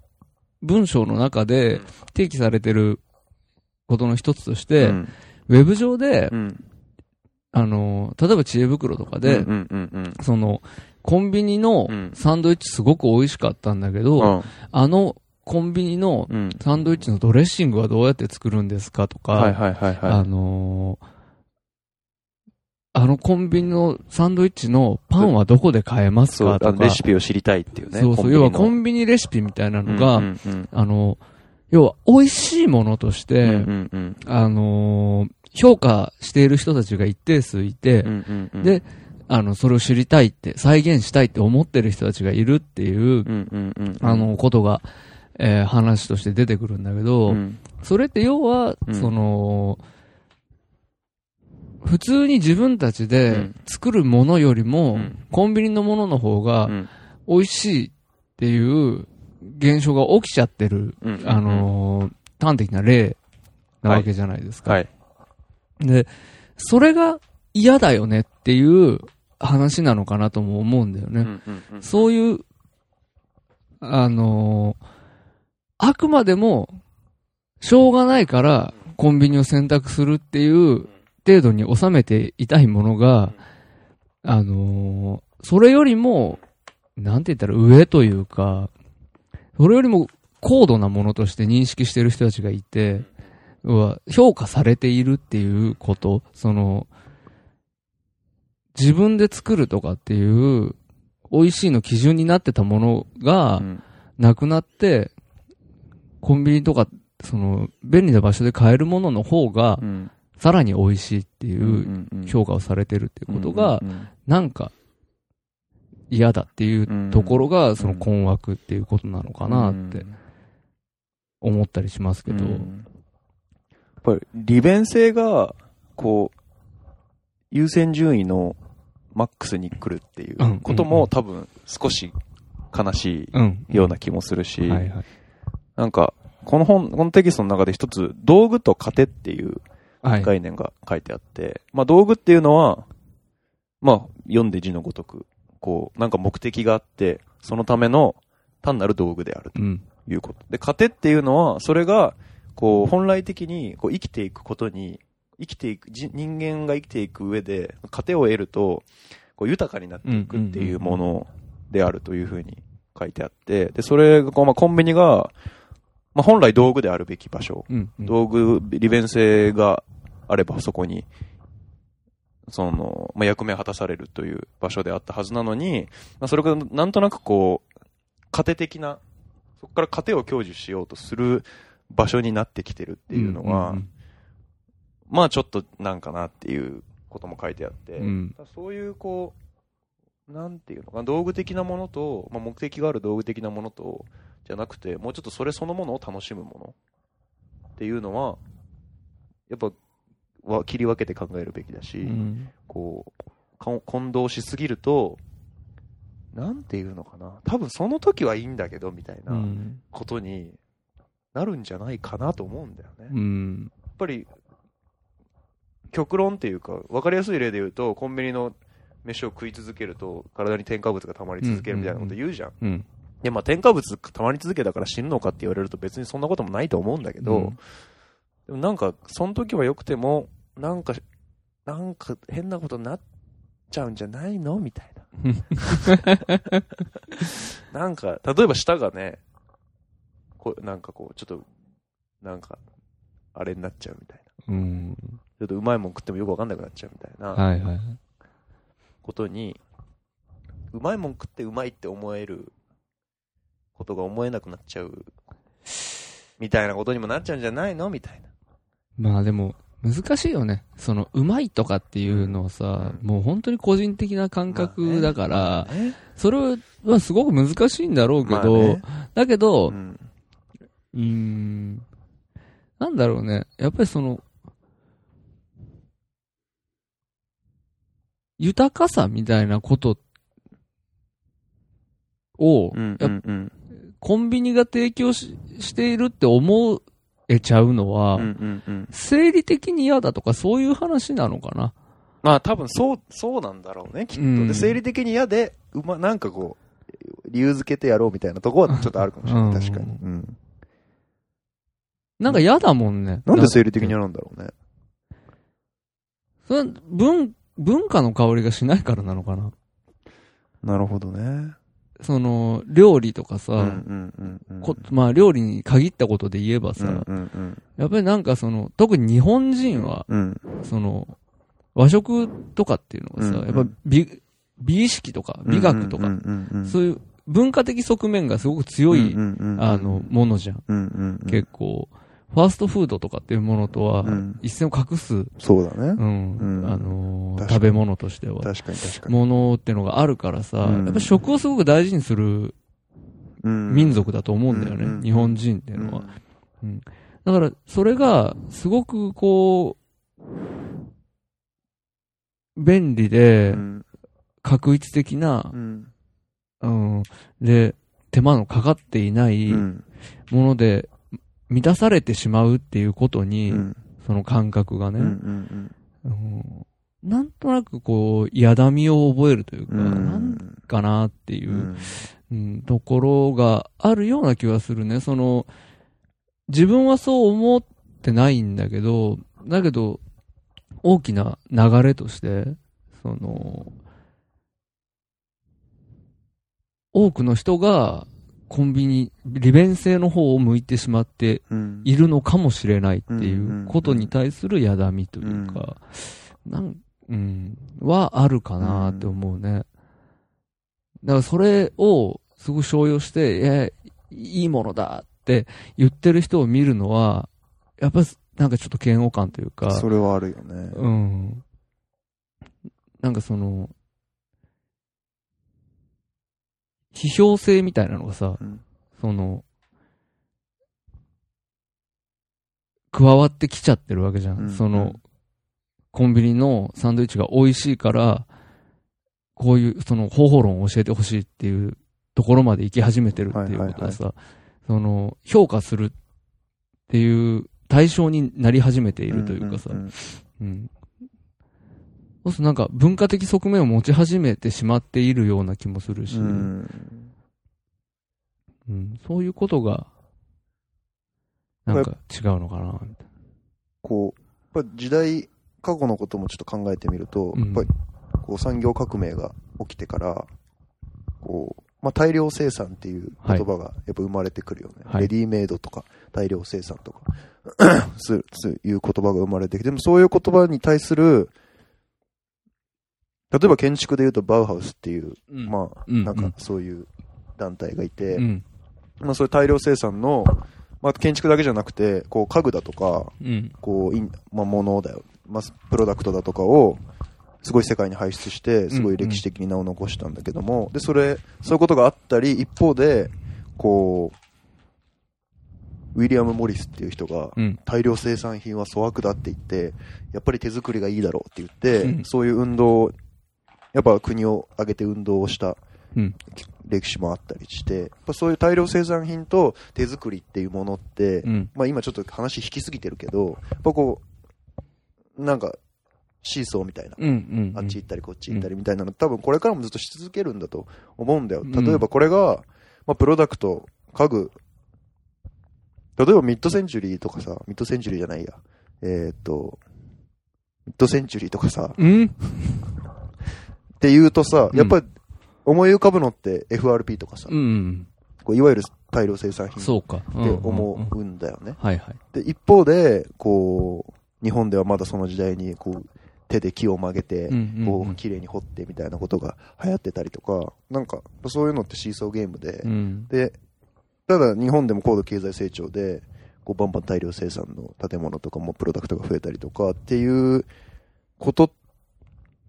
[SPEAKER 3] 文章の中で
[SPEAKER 2] うん
[SPEAKER 3] 提起されてることの一つとし
[SPEAKER 2] う
[SPEAKER 3] て、
[SPEAKER 2] ん
[SPEAKER 3] ウェブ上で
[SPEAKER 2] う、ん
[SPEAKER 3] あの、例えば知恵袋とかで、
[SPEAKER 2] うんうんうん
[SPEAKER 3] その、コンビニの
[SPEAKER 2] うん
[SPEAKER 3] サンドイッチすごく美味しかったんだけど、
[SPEAKER 2] うん
[SPEAKER 3] あのコンビニの
[SPEAKER 2] うん
[SPEAKER 3] サンドイッチのドレッシングはどうやって作るんですかとか、
[SPEAKER 2] はいはいはいは
[SPEAKER 3] あのーあのコンビニのサンドイッチのパンはどこで買えま
[SPEAKER 2] い。
[SPEAKER 3] す
[SPEAKER 2] そう
[SPEAKER 3] か、
[SPEAKER 2] あ
[SPEAKER 3] と
[SPEAKER 2] の
[SPEAKER 3] か。
[SPEAKER 2] レシピを知りたいっていうね。
[SPEAKER 3] そうそう。要はコ
[SPEAKER 2] ビ
[SPEAKER 3] ンビニレシピみたいなの
[SPEAKER 2] ニ
[SPEAKER 3] が、
[SPEAKER 2] うんうん
[SPEAKER 3] あの、要は美味しいものとして、
[SPEAKER 2] うんうんうん
[SPEAKER 3] あのー評価している人たちが一定数いて、
[SPEAKER 2] うんうんうん
[SPEAKER 3] で、あの、それを知りたいって、再現したいって思ってる人たちがいるっていう、
[SPEAKER 2] うんうんうん
[SPEAKER 3] あ、の、ことが、えー話として出てくるんだけど、
[SPEAKER 2] うん
[SPEAKER 3] それって要は、
[SPEAKER 2] うん
[SPEAKER 3] その、普通に自分たち
[SPEAKER 2] う
[SPEAKER 3] で
[SPEAKER 2] ん
[SPEAKER 3] 作るものよりも、
[SPEAKER 2] うん
[SPEAKER 3] コンビニのものの方が
[SPEAKER 2] うん
[SPEAKER 3] 美味しいっていう現象が起きちゃってる、
[SPEAKER 2] うん
[SPEAKER 3] あのー端的な例なわけじゃないですか。
[SPEAKER 2] はい。
[SPEAKER 3] で、それが嫌だよねっていう話なのかなとも思うんだよね。
[SPEAKER 2] うんうんうん
[SPEAKER 3] そういう、あのーあくまでも、しょうがないから、コンビニを選択するっていう程度に収めていたいものが、あのーそれよりも、なんて言ったら上というか、それよりも高度なものとして認識してる人たちがいて、要は評価されているっていうこと、その、自分で作るとかっていう、美味しいの基準になってたものが
[SPEAKER 2] う、ん
[SPEAKER 3] なくなって、コンビニとか、その、便利な場所で買えるものの方が
[SPEAKER 2] う、ん
[SPEAKER 3] さらに美味しいってい
[SPEAKER 2] うん
[SPEAKER 3] う
[SPEAKER 2] うんうん
[SPEAKER 3] 評価をされてるっていうことが
[SPEAKER 2] う、んうん
[SPEAKER 3] なんか、嫌だっていう
[SPEAKER 2] うん
[SPEAKER 3] ところが、その困惑っていうことなのかなって思ったりしますけど。
[SPEAKER 2] うんやっぱり利便性が、こう、優先順位のマックスに来るってい
[SPEAKER 3] うん
[SPEAKER 2] うこと
[SPEAKER 3] うんう
[SPEAKER 2] も
[SPEAKER 3] ん
[SPEAKER 2] 多分少し悲し
[SPEAKER 3] うん。
[SPEAKER 2] いような気もするし、
[SPEAKER 3] はいはい。
[SPEAKER 2] なんか、この本、このテキストの中で一つ、道具と糧っていう
[SPEAKER 3] はい。
[SPEAKER 2] 概念が書いてあって、まあ道具っていうのは、まあ読んで字のごとく、こう、なんか目的があって、そのための単なる道具である
[SPEAKER 3] うん。
[SPEAKER 2] ということ。で、糧っていうのは、それが、こう、本来的にこう生きていくことに、生きていく、じ人間が生きていく上で、糧を得ると、こう豊かになっていくっていうものであるというふうに書いてあって、で、それがこう、まあコンビニが、まあ本来道具であるべき場所
[SPEAKER 3] うん。うん
[SPEAKER 2] 道具、利便性があればそこに、その、まあ、役目を果たされるという場所であったはずなのに、まあ、それがなんとなくこう、糧的な、そこから糧を享受しようとする場所になってきてるっていうのは、
[SPEAKER 3] んん
[SPEAKER 2] まあちょっとなんかなっていうことも書いてあって、
[SPEAKER 3] うん。
[SPEAKER 2] そういうこう、なんていうのかな、道具的なものと、まあ、目的がある道具的なものと、じゃなくて、もうちょっとそれそのものを楽しむものっていうのは、やっぱ、わ切り分けて考えるべきだし、
[SPEAKER 3] うん
[SPEAKER 2] こう、かん混同しすぎると、なんていうのかな、多分その時はいいんだけど、みたいな
[SPEAKER 3] うん。
[SPEAKER 2] ことになるんじゃないかなと思うんだよね。
[SPEAKER 3] うん。
[SPEAKER 2] やっぱり、極論っていうか、分かりやすい例で言うと、コンビニの飯を食い続けると、体に添加物が溜まり続けるみたいなこと言うじゃん。
[SPEAKER 3] うん。
[SPEAKER 2] で、まあ、添加物溜まり続けたから死ぬのかって言われると別にそんなこともないと思うんだけど、
[SPEAKER 3] うん
[SPEAKER 2] でもなんか、その時は良くても、なんか、なんか変なことになっちゃうんじゃないのみたい な。なんか、例えば舌がね、こうなんかこう、ちょっと、なんか、あれになっちゃうみたいな。
[SPEAKER 3] うん。
[SPEAKER 2] ちょっとうまいもん食ってもよくわかんなくなっちゃうみたいな
[SPEAKER 3] はいはい。
[SPEAKER 2] ことに、うまいもん食ってうまいって思えることが思えなくなっちゃう、みたいなことにもなっちゃうんじゃないのみたいな。
[SPEAKER 3] まあでも、難しいよね。その、うまいとかっていうのをさ、
[SPEAKER 2] う
[SPEAKER 3] もう本当に個人的な感覚だから、
[SPEAKER 2] まあね
[SPEAKER 3] それはすごく難しいんだろうけ
[SPEAKER 2] まあ
[SPEAKER 3] ど、
[SPEAKER 2] ね
[SPEAKER 3] だけど、
[SPEAKER 2] う
[SPEAKER 3] うんーん、なんだろうね。やっぱりその、豊かさみたいなことを、
[SPEAKER 2] うん
[SPEAKER 3] や
[SPEAKER 2] う
[SPEAKER 3] っぱ
[SPEAKER 2] んうん
[SPEAKER 3] コンビニが提供ししているって思えちゃうのは、
[SPEAKER 2] うんうんうん
[SPEAKER 3] 生理的に嫌だとかそういう話なのかな。
[SPEAKER 2] まあ多分そう、そうなんだろうね、きっと。
[SPEAKER 3] うん
[SPEAKER 2] で、生理的に嫌で、うま、なんかこう、理由付けてやろうみたいなとこはちょっとあるかもしれ
[SPEAKER 3] うん
[SPEAKER 2] ない。確かに。うん
[SPEAKER 3] なんか嫌だもんね。
[SPEAKER 2] なんで生理的に
[SPEAKER 3] だ
[SPEAKER 2] 嫌なんだろうね。
[SPEAKER 3] それは文、文化の香りがしないからなのかな。
[SPEAKER 2] なるほどね。
[SPEAKER 3] その、料理とかさ、
[SPEAKER 2] うんうんうんうん。
[SPEAKER 3] こまあ料理に限ったことで言えば
[SPEAKER 2] う
[SPEAKER 3] さ、
[SPEAKER 2] んうんうん。
[SPEAKER 3] やっぱりなんかその、特に日本人は、
[SPEAKER 2] うん。
[SPEAKER 3] その、和食とかっていうのがさ、
[SPEAKER 2] うん
[SPEAKER 3] やっぱ美、美意識とか美学とか、
[SPEAKER 2] うんうんうんうん、
[SPEAKER 3] そういう文化的側面がすごく強い、
[SPEAKER 2] うんうんうん
[SPEAKER 3] あの、、ものじゃん。
[SPEAKER 2] うんうんうん、
[SPEAKER 3] 結構、ファーストフードとかっていうものとは
[SPEAKER 2] うん、
[SPEAKER 3] 一線を画す、
[SPEAKER 2] そうだね
[SPEAKER 3] う。ん、
[SPEAKER 2] うん
[SPEAKER 3] あのー
[SPEAKER 2] 確かに
[SPEAKER 3] 食べ物としては、
[SPEAKER 2] 確かに確かに。
[SPEAKER 3] ものってのがあるからさ、
[SPEAKER 2] うん
[SPEAKER 3] やっぱ食をすごく大事にする
[SPEAKER 2] うん
[SPEAKER 3] 民族だと思うんだよね、
[SPEAKER 2] うん
[SPEAKER 3] 日本人っていうのは。
[SPEAKER 2] う
[SPEAKER 3] だから、それが、すごくこう、便利で、
[SPEAKER 2] ん
[SPEAKER 3] 確一的な
[SPEAKER 2] う、ん
[SPEAKER 3] うん、で、手間のかかっていない
[SPEAKER 2] うん
[SPEAKER 3] もので、満たされてしまうっていうこと
[SPEAKER 2] う
[SPEAKER 3] に、
[SPEAKER 2] ん
[SPEAKER 3] その感覚がね、
[SPEAKER 2] うんうん
[SPEAKER 3] うんなんとなくこう、嫌だみを覚えるというか、
[SPEAKER 2] うんうん
[SPEAKER 3] なんかなっていうう、
[SPEAKER 2] ん
[SPEAKER 3] うんところがあるような気はするね。その、自分はそう思ってないんだけど、だけど、大きな流れとして、その、多くの人がコンビニ、利便性の方を向いてしまって
[SPEAKER 2] うん
[SPEAKER 3] いるのかもしれないってい
[SPEAKER 2] んうんう
[SPEAKER 3] うんことに対するやだみというか、なん、うん、はあるかなって思うね。だからそれをすごい商用して、いや、いいものだって言ってる人を見るのは、やっぱりなんかちょっと嫌悪感というか、
[SPEAKER 2] それはあるよね。
[SPEAKER 3] うん。なんかその、批評性みたいなのがさ、
[SPEAKER 2] うん
[SPEAKER 3] その、加わってきちゃってるわけじゃん。
[SPEAKER 2] うん
[SPEAKER 3] そ
[SPEAKER 2] う
[SPEAKER 3] の、
[SPEAKER 2] ん
[SPEAKER 3] コンビニのサンドイッチが美味しいから、こういう、その方法論を教えてほしいっていうところまで行き始めてるっていうことはさ、その、評価するっていう対象になり始めているというかさ、
[SPEAKER 2] んんん
[SPEAKER 3] うん。そうするとなんか文化的側面を持ち始めてしまっているような気もするし、
[SPEAKER 2] うん
[SPEAKER 3] うんそういうことが、なんか違うのかな、みたい
[SPEAKER 2] こう、やっぱ時代、過去のこともちょっと考えてみると、
[SPEAKER 3] うん
[SPEAKER 2] やっぱりこう産業革命が起きてから、こう、まあ、大量生産っていう言葉がやっぱ生まれてくるよね。
[SPEAKER 3] はい
[SPEAKER 2] レディメイドとか大量生産とか、 そうそういう言葉が生まれてきて、でもそういう言葉に対する、例えば建築で言うとバウハウスっていう、
[SPEAKER 3] な。あ、
[SPEAKER 2] まあ、
[SPEAKER 3] うん
[SPEAKER 2] なんかそういう団体がいて、
[SPEAKER 3] うん。
[SPEAKER 2] まあそういう大量生産の、まあ建築だけじゃなくて、こう家具だとか、
[SPEAKER 3] うん。
[SPEAKER 2] こう、いんまあ、ものだよ、まあ、プロダクトだとかを、すごい世界に輩出して、すごい歴史的に名を残したんだけども、で、それ、そういうことがあったり、一方で、こう、ウィリアム・モリスっていう人が、
[SPEAKER 3] うん。
[SPEAKER 2] 大量生産品は粗悪だって言って、やっぱり手作りがいいだろうって言っ
[SPEAKER 3] う
[SPEAKER 2] て
[SPEAKER 3] ん、
[SPEAKER 2] そういう運動を、やっぱ国を挙げて運動をした
[SPEAKER 3] うん。
[SPEAKER 2] 歴史もあったりして、やっぱそういう大量生産品と手作りっていうものって、
[SPEAKER 3] うん。
[SPEAKER 2] まあ、今ちょっと話引きすぎてるけど、やっぱこう、なんか、シーソーみたいな、
[SPEAKER 3] うん。うん。
[SPEAKER 2] あっち行ったりこっち行ったりみたいなの、多分これからもずっとし続けるんだと思うんだよ。
[SPEAKER 3] うん
[SPEAKER 2] 例えばこれが、まあ、プロダクト、家具、例えばミッドセンチュリーとかさ、ミッドセンチュリーじゃないや、えーっと、ミッドセンチュリーとかさ、
[SPEAKER 3] うん。
[SPEAKER 2] って言うとさ、
[SPEAKER 3] うん
[SPEAKER 2] やっぱり思い浮かぶのって FRP とかさ、
[SPEAKER 3] うん。
[SPEAKER 2] こういわゆる大量生産品って
[SPEAKER 3] そうか。うんん
[SPEAKER 2] 思
[SPEAKER 3] ん
[SPEAKER 2] うんだよね。
[SPEAKER 3] はいはい。
[SPEAKER 2] で、一方で、こう、日本ではまだその時代に、こう、手で木を曲げて
[SPEAKER 3] う、ん
[SPEAKER 2] こう、綺麗に掘ってみたいなことが流行ってたりとか、なんか、そういうのってシーソーゲームで
[SPEAKER 3] う、ん。
[SPEAKER 2] で、ただ日本でも高度経済成長で、こうバンバン大量生産の建物とかもプロダクトが増えたりとかっていうこと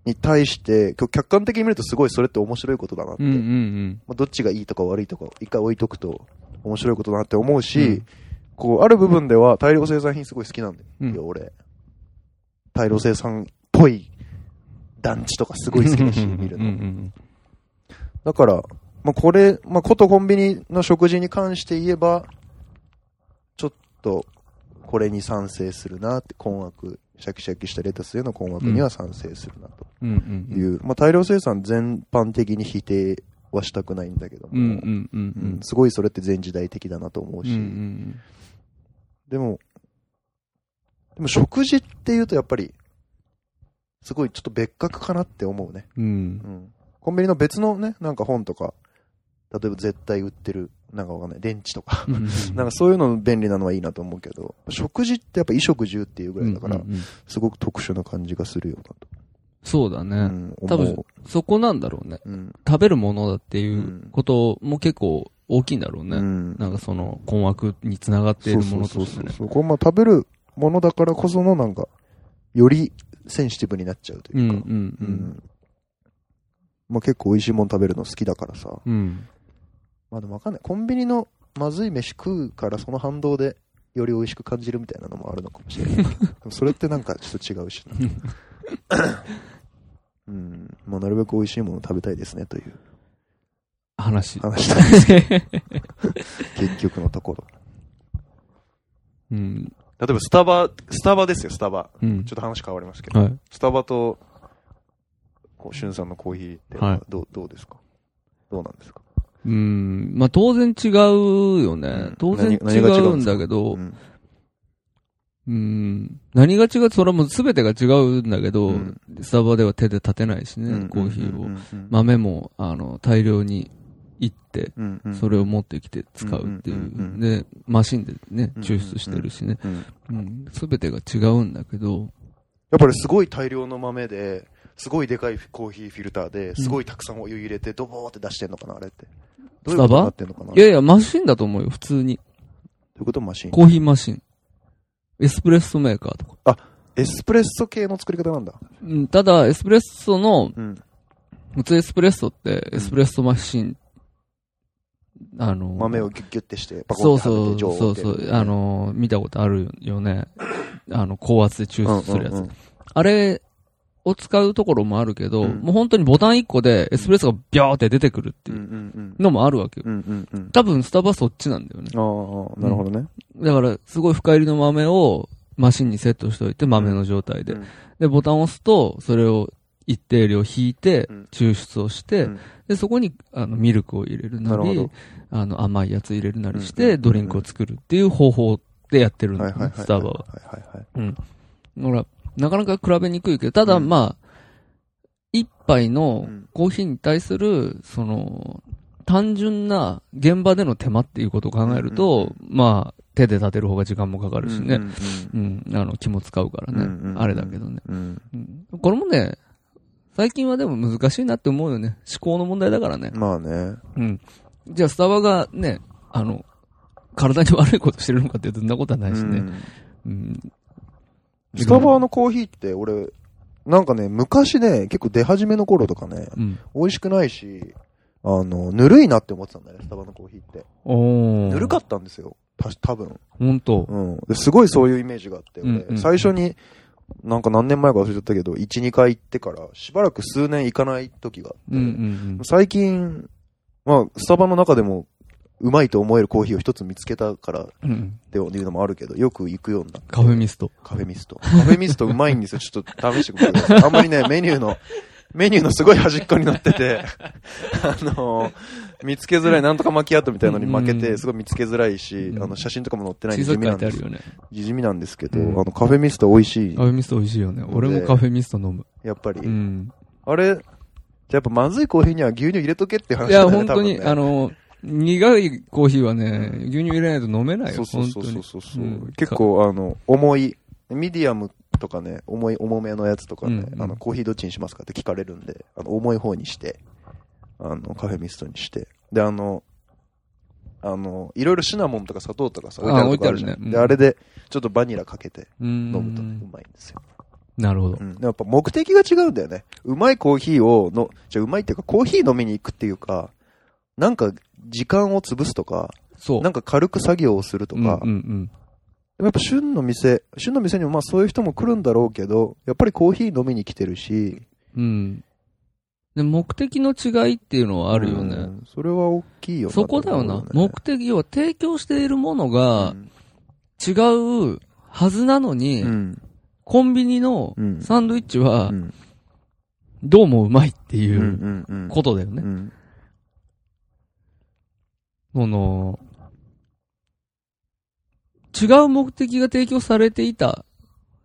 [SPEAKER 2] に対して、こう客観的に見るとすごいそれって面白いことだなって、
[SPEAKER 3] うんうんうん。
[SPEAKER 2] まあ、どっちがいいとか悪いとか一回置いとくと面白いことだなって思うし、
[SPEAKER 3] うん
[SPEAKER 2] こうある部分では大量生産品すごい好きなんだよ、
[SPEAKER 3] うん
[SPEAKER 2] 俺大量生産っぽい団地とかすごい好きだし見る
[SPEAKER 3] うんう
[SPEAKER 2] の
[SPEAKER 3] ん
[SPEAKER 2] だから、まあ、これ、まあ、ことコンビニの食事に関して言えばちょっとこれに賛成するなって困惑シャキシャキしたレタスへの困惑には賛成するなと
[SPEAKER 3] うん。うんうん
[SPEAKER 2] いう、まあ、大量生産全般的に否定はしたくないんだけども、
[SPEAKER 3] うん。うんうんうんうん。
[SPEAKER 2] すごいそれって全時代的だなと思う
[SPEAKER 3] うん
[SPEAKER 2] し、
[SPEAKER 3] うん
[SPEAKER 2] でも、でも食事っていうとやっぱり、すごいちょっと別格かなって思うね。
[SPEAKER 3] うん。うん
[SPEAKER 2] うん。コンビニの別のね、なんか本とか、例えば絶対売ってる、なんかわかんない、電池とか、
[SPEAKER 3] うんうん。
[SPEAKER 2] なんかそういうの便利なのはいいなと思うけど、食事ってやっぱ衣食住っていうぐらいだから、
[SPEAKER 3] うんうんうん
[SPEAKER 2] すごく特殊な感じがするよなと。
[SPEAKER 3] そうだ
[SPEAKER 2] う
[SPEAKER 3] ね。
[SPEAKER 2] ん、
[SPEAKER 3] 多
[SPEAKER 2] 思
[SPEAKER 3] 分
[SPEAKER 2] う。、
[SPEAKER 3] そこなんだろうね。
[SPEAKER 2] うん。
[SPEAKER 3] 食べるものだっていうことも結構大きいんだろうね。
[SPEAKER 2] うん
[SPEAKER 3] なんかその困惑につながっているもの
[SPEAKER 2] そうそう
[SPEAKER 3] として
[SPEAKER 2] そう
[SPEAKER 3] ね。
[SPEAKER 2] そう。これまあ食べるものだからこそのなんか、よりセンシティブになっちゃうと
[SPEAKER 3] うん
[SPEAKER 2] いう
[SPEAKER 3] う
[SPEAKER 2] か。うんんまあ結構美味しいもの食べるの好きだからさ。
[SPEAKER 3] うん。うん。
[SPEAKER 2] まあでもわかんない。コンビニのまずい飯食うからその反動でより美味しく感じるみたいなのもあるのかもしれ ない。でもそれってなんかちょっと違うしな。うん。まあなるべく美味しいもの食べたいですねという
[SPEAKER 3] 話。
[SPEAKER 2] 話なんですけど、結局のところ。
[SPEAKER 3] うん。
[SPEAKER 2] 例えばスタバ、スタバですよ、スタバ。
[SPEAKER 3] うん
[SPEAKER 2] ちょ。っと話変わりますけど、
[SPEAKER 3] はい。
[SPEAKER 2] スタバと、こう、しゅんさんのコーヒーってのは
[SPEAKER 3] はい
[SPEAKER 2] どう、どうですかどうなんですか
[SPEAKER 3] うん。まあ当然違うよね。当然
[SPEAKER 2] 何
[SPEAKER 3] 違
[SPEAKER 2] 何が違う
[SPEAKER 3] うん
[SPEAKER 2] で
[SPEAKER 3] ん
[SPEAKER 2] すか
[SPEAKER 3] だけど
[SPEAKER 2] う、ん
[SPEAKER 3] うん。何が違うそれはもう全てが違うんだけど、
[SPEAKER 2] うん
[SPEAKER 3] スタバでは手で立てないし
[SPEAKER 2] うんうん
[SPEAKER 3] ね、コーヒー
[SPEAKER 2] う
[SPEAKER 3] を。
[SPEAKER 2] んうん
[SPEAKER 3] 豆も、あの、大量にいって、
[SPEAKER 2] うんうん
[SPEAKER 3] それを持ってきて使うってい
[SPEAKER 2] うんうんうんう
[SPEAKER 3] う。
[SPEAKER 2] ん
[SPEAKER 3] で、マシンでね、
[SPEAKER 2] うん
[SPEAKER 3] 抽出してるしね。
[SPEAKER 2] うんや
[SPEAKER 3] うん。すべてが違うんだけど、
[SPEAKER 2] っぱりすごい大量の豆で、すごいでかいコーヒーフィルターで、すごいたくさんお湯入れて、ドボーって出してんのかな、あれって。どういうことになってんのかない
[SPEAKER 3] やいや、マシンだと思うよ、普通に。
[SPEAKER 2] ということマシン。
[SPEAKER 3] コーヒーマシン。エスプレッソメーカーとか。
[SPEAKER 2] エスプレッソ系の作り方なんだ。
[SPEAKER 3] うん、ただ、エスプレッソの、
[SPEAKER 2] うん。
[SPEAKER 3] 普通エスプレッソって、エスプレッソマシン、あの、
[SPEAKER 2] 豆をギュッギュッてして、パコ
[SPEAKER 3] そ
[SPEAKER 2] ン
[SPEAKER 3] う
[SPEAKER 2] ってはめ
[SPEAKER 3] そ
[SPEAKER 2] て、上
[SPEAKER 3] う、
[SPEAKER 2] を
[SPEAKER 3] そ
[SPEAKER 2] 置
[SPEAKER 3] う
[SPEAKER 2] いて
[SPEAKER 3] そう、あ、のー、見たことあるよね。あの、高圧で抽
[SPEAKER 2] うんうんうん
[SPEAKER 3] 出するやつ。あれを使うところもあるけど、もう本当にボタン1個でエスプレッソがビャーって出てくるって
[SPEAKER 2] うん
[SPEAKER 3] い
[SPEAKER 2] うん
[SPEAKER 3] う
[SPEAKER 2] うん。
[SPEAKER 3] のもあるわけよ。
[SPEAKER 2] うんうんうん。
[SPEAKER 3] 多分スタバそっちなんだよね。
[SPEAKER 2] ああ、なるほどね。
[SPEAKER 3] だから、すごい深入りの豆をマシンにセットしておいて、豆の状態で。
[SPEAKER 2] うん
[SPEAKER 3] で、ボタンを押すと、それを一定量引いて
[SPEAKER 2] うん、
[SPEAKER 3] 抽出をして、
[SPEAKER 2] うん
[SPEAKER 3] で、そこに、あの、ミルクを入れるな
[SPEAKER 2] なるほ
[SPEAKER 3] り
[SPEAKER 2] ど、
[SPEAKER 3] あの、甘いやつ入れるなりし
[SPEAKER 2] うんうんうん
[SPEAKER 3] て、
[SPEAKER 2] うん
[SPEAKER 3] ドリンクを作るっていう方法でやってるんだ
[SPEAKER 2] はい
[SPEAKER 3] よ
[SPEAKER 2] はいはい
[SPEAKER 3] ね、
[SPEAKER 2] はい。
[SPEAKER 3] スタバは。
[SPEAKER 2] はいはいはい。
[SPEAKER 3] うん。ほら、なかなか比べにくいけど、ただ、
[SPEAKER 2] うん
[SPEAKER 3] まあ、一杯の
[SPEAKER 2] うん
[SPEAKER 3] コーヒーに対する、その、単純な現場での手間っていうことを考えると、まあ、手で立てる方が時間もかかるしね。
[SPEAKER 2] うんうん
[SPEAKER 3] うん、あの、気も使うからね。
[SPEAKER 2] うんうんうん
[SPEAKER 3] あれだけどね、
[SPEAKER 2] うん。
[SPEAKER 3] うんこれもね、最近はでも難しいなって思うよね。思考の問題だからね。
[SPEAKER 2] まあね。
[SPEAKER 3] うん。じゃあ、スタバがね、あの、体に悪いことしてるのかって言うとそんなことはないし
[SPEAKER 2] う
[SPEAKER 3] ね。
[SPEAKER 2] ん
[SPEAKER 3] うん。
[SPEAKER 2] スタバのコーヒーって俺、なんかね、昔ね、結構出始めの頃とかね、
[SPEAKER 3] うん。
[SPEAKER 2] 美味しくないし、あの、ぬるいなって思ってたんだよね、スタバのコーヒーって。
[SPEAKER 3] おー。
[SPEAKER 2] ぬるかったんですよ。た多分。
[SPEAKER 3] ほんと。
[SPEAKER 2] うん。ですごいそういうイメージがあって、俺、
[SPEAKER 3] うんうんうん
[SPEAKER 2] 最初に、なんか何年前か忘れちゃったけど、1、2回行ってから、しばらく数年行かない時があって、
[SPEAKER 3] うんうん
[SPEAKER 2] 最近、まあ、スタバの中でも、うまいと思えるコーヒーを一つ見つけたからっ
[SPEAKER 3] うん。うん。
[SPEAKER 2] ていうのもあるけど、よく行くようになった
[SPEAKER 3] カフェミスト。
[SPEAKER 2] カフェミスト。カフェミストうまいんですよ。ちょっと試してください。あんまりね、メニューの、メニューのすごい端っこになってて、あのー見つけづらい、なんとかマキアートみたいなのに負け
[SPEAKER 3] う
[SPEAKER 2] て、
[SPEAKER 3] ん
[SPEAKER 2] すごい見つけづらいし、
[SPEAKER 3] うん
[SPEAKER 2] あの、写真とかも載ってないん
[SPEAKER 3] 小
[SPEAKER 2] で
[SPEAKER 3] さ
[SPEAKER 2] 地味ないん
[SPEAKER 3] く書てあ
[SPEAKER 2] です
[SPEAKER 3] るよね。
[SPEAKER 2] 地味なんですけど、
[SPEAKER 3] うん
[SPEAKER 2] あの、カフェミスト美味しい
[SPEAKER 3] カ。フェミスト美味しいよね。俺もカフェミスト飲む。
[SPEAKER 2] やっぱり。
[SPEAKER 3] うん。
[SPEAKER 2] あれ、じゃあやっぱまずいコーヒーには牛乳入れとけって話
[SPEAKER 3] い
[SPEAKER 2] だ
[SPEAKER 3] や、
[SPEAKER 2] よね。
[SPEAKER 3] 本当に、
[SPEAKER 2] 多分ね
[SPEAKER 3] あ、の、苦いコーヒーはね、
[SPEAKER 2] うん
[SPEAKER 3] 牛乳入れないと飲めない
[SPEAKER 2] そ
[SPEAKER 3] よ、
[SPEAKER 2] うそう
[SPEAKER 3] 本
[SPEAKER 2] そ
[SPEAKER 3] 当
[SPEAKER 2] うそう
[SPEAKER 3] に。
[SPEAKER 2] そう
[SPEAKER 3] うん
[SPEAKER 2] 結構、あの、重い、ミディアムとかね、重い、重めのやつとかね、
[SPEAKER 3] うんうん
[SPEAKER 2] あの、コーヒーどっちにしますかって聞かれるんで、あの、重い方にして、あの、カフェミストにして、で、あの、あの、いろいろシナモンとか砂糖とかさ、
[SPEAKER 3] あ
[SPEAKER 2] 置いてあるとこあるじゃん。
[SPEAKER 3] 置いてあるねうん
[SPEAKER 2] で、あれで、ちょっとバニラかけて
[SPEAKER 3] うん。
[SPEAKER 2] 飲むとね、うまいんですよ。
[SPEAKER 3] なるほど
[SPEAKER 2] う。ん。でもやっぱ目的が違うんだよね。うまいコーヒーをの、じゃあうまいっていうか、コーヒー飲みに行くっていうか、なんか、時間を潰すとか、
[SPEAKER 3] そう。
[SPEAKER 2] なんか軽く作業をするとか、
[SPEAKER 3] うんうん
[SPEAKER 2] でもやっぱ旬の店、旬の店にもまあそういう人も来るんだろうけど、やっぱりコーヒー飲みに来てるし、
[SPEAKER 3] うん。うん。で、目的の違いっていうのはあるよ
[SPEAKER 2] う
[SPEAKER 3] ね。
[SPEAKER 2] んそれは大きいよな
[SPEAKER 3] そこだよな。目的、要は提供しているものが違うはずなのに、
[SPEAKER 2] うん。
[SPEAKER 3] コンビニの
[SPEAKER 2] うん
[SPEAKER 3] サンドイッチは
[SPEAKER 2] う、ん。
[SPEAKER 3] どうもうまいって
[SPEAKER 2] う
[SPEAKER 3] い
[SPEAKER 2] ん。う。
[SPEAKER 3] うん
[SPEAKER 2] うん。
[SPEAKER 3] ことだよね
[SPEAKER 2] う。ん。
[SPEAKER 3] その、違う目的が提供されていた、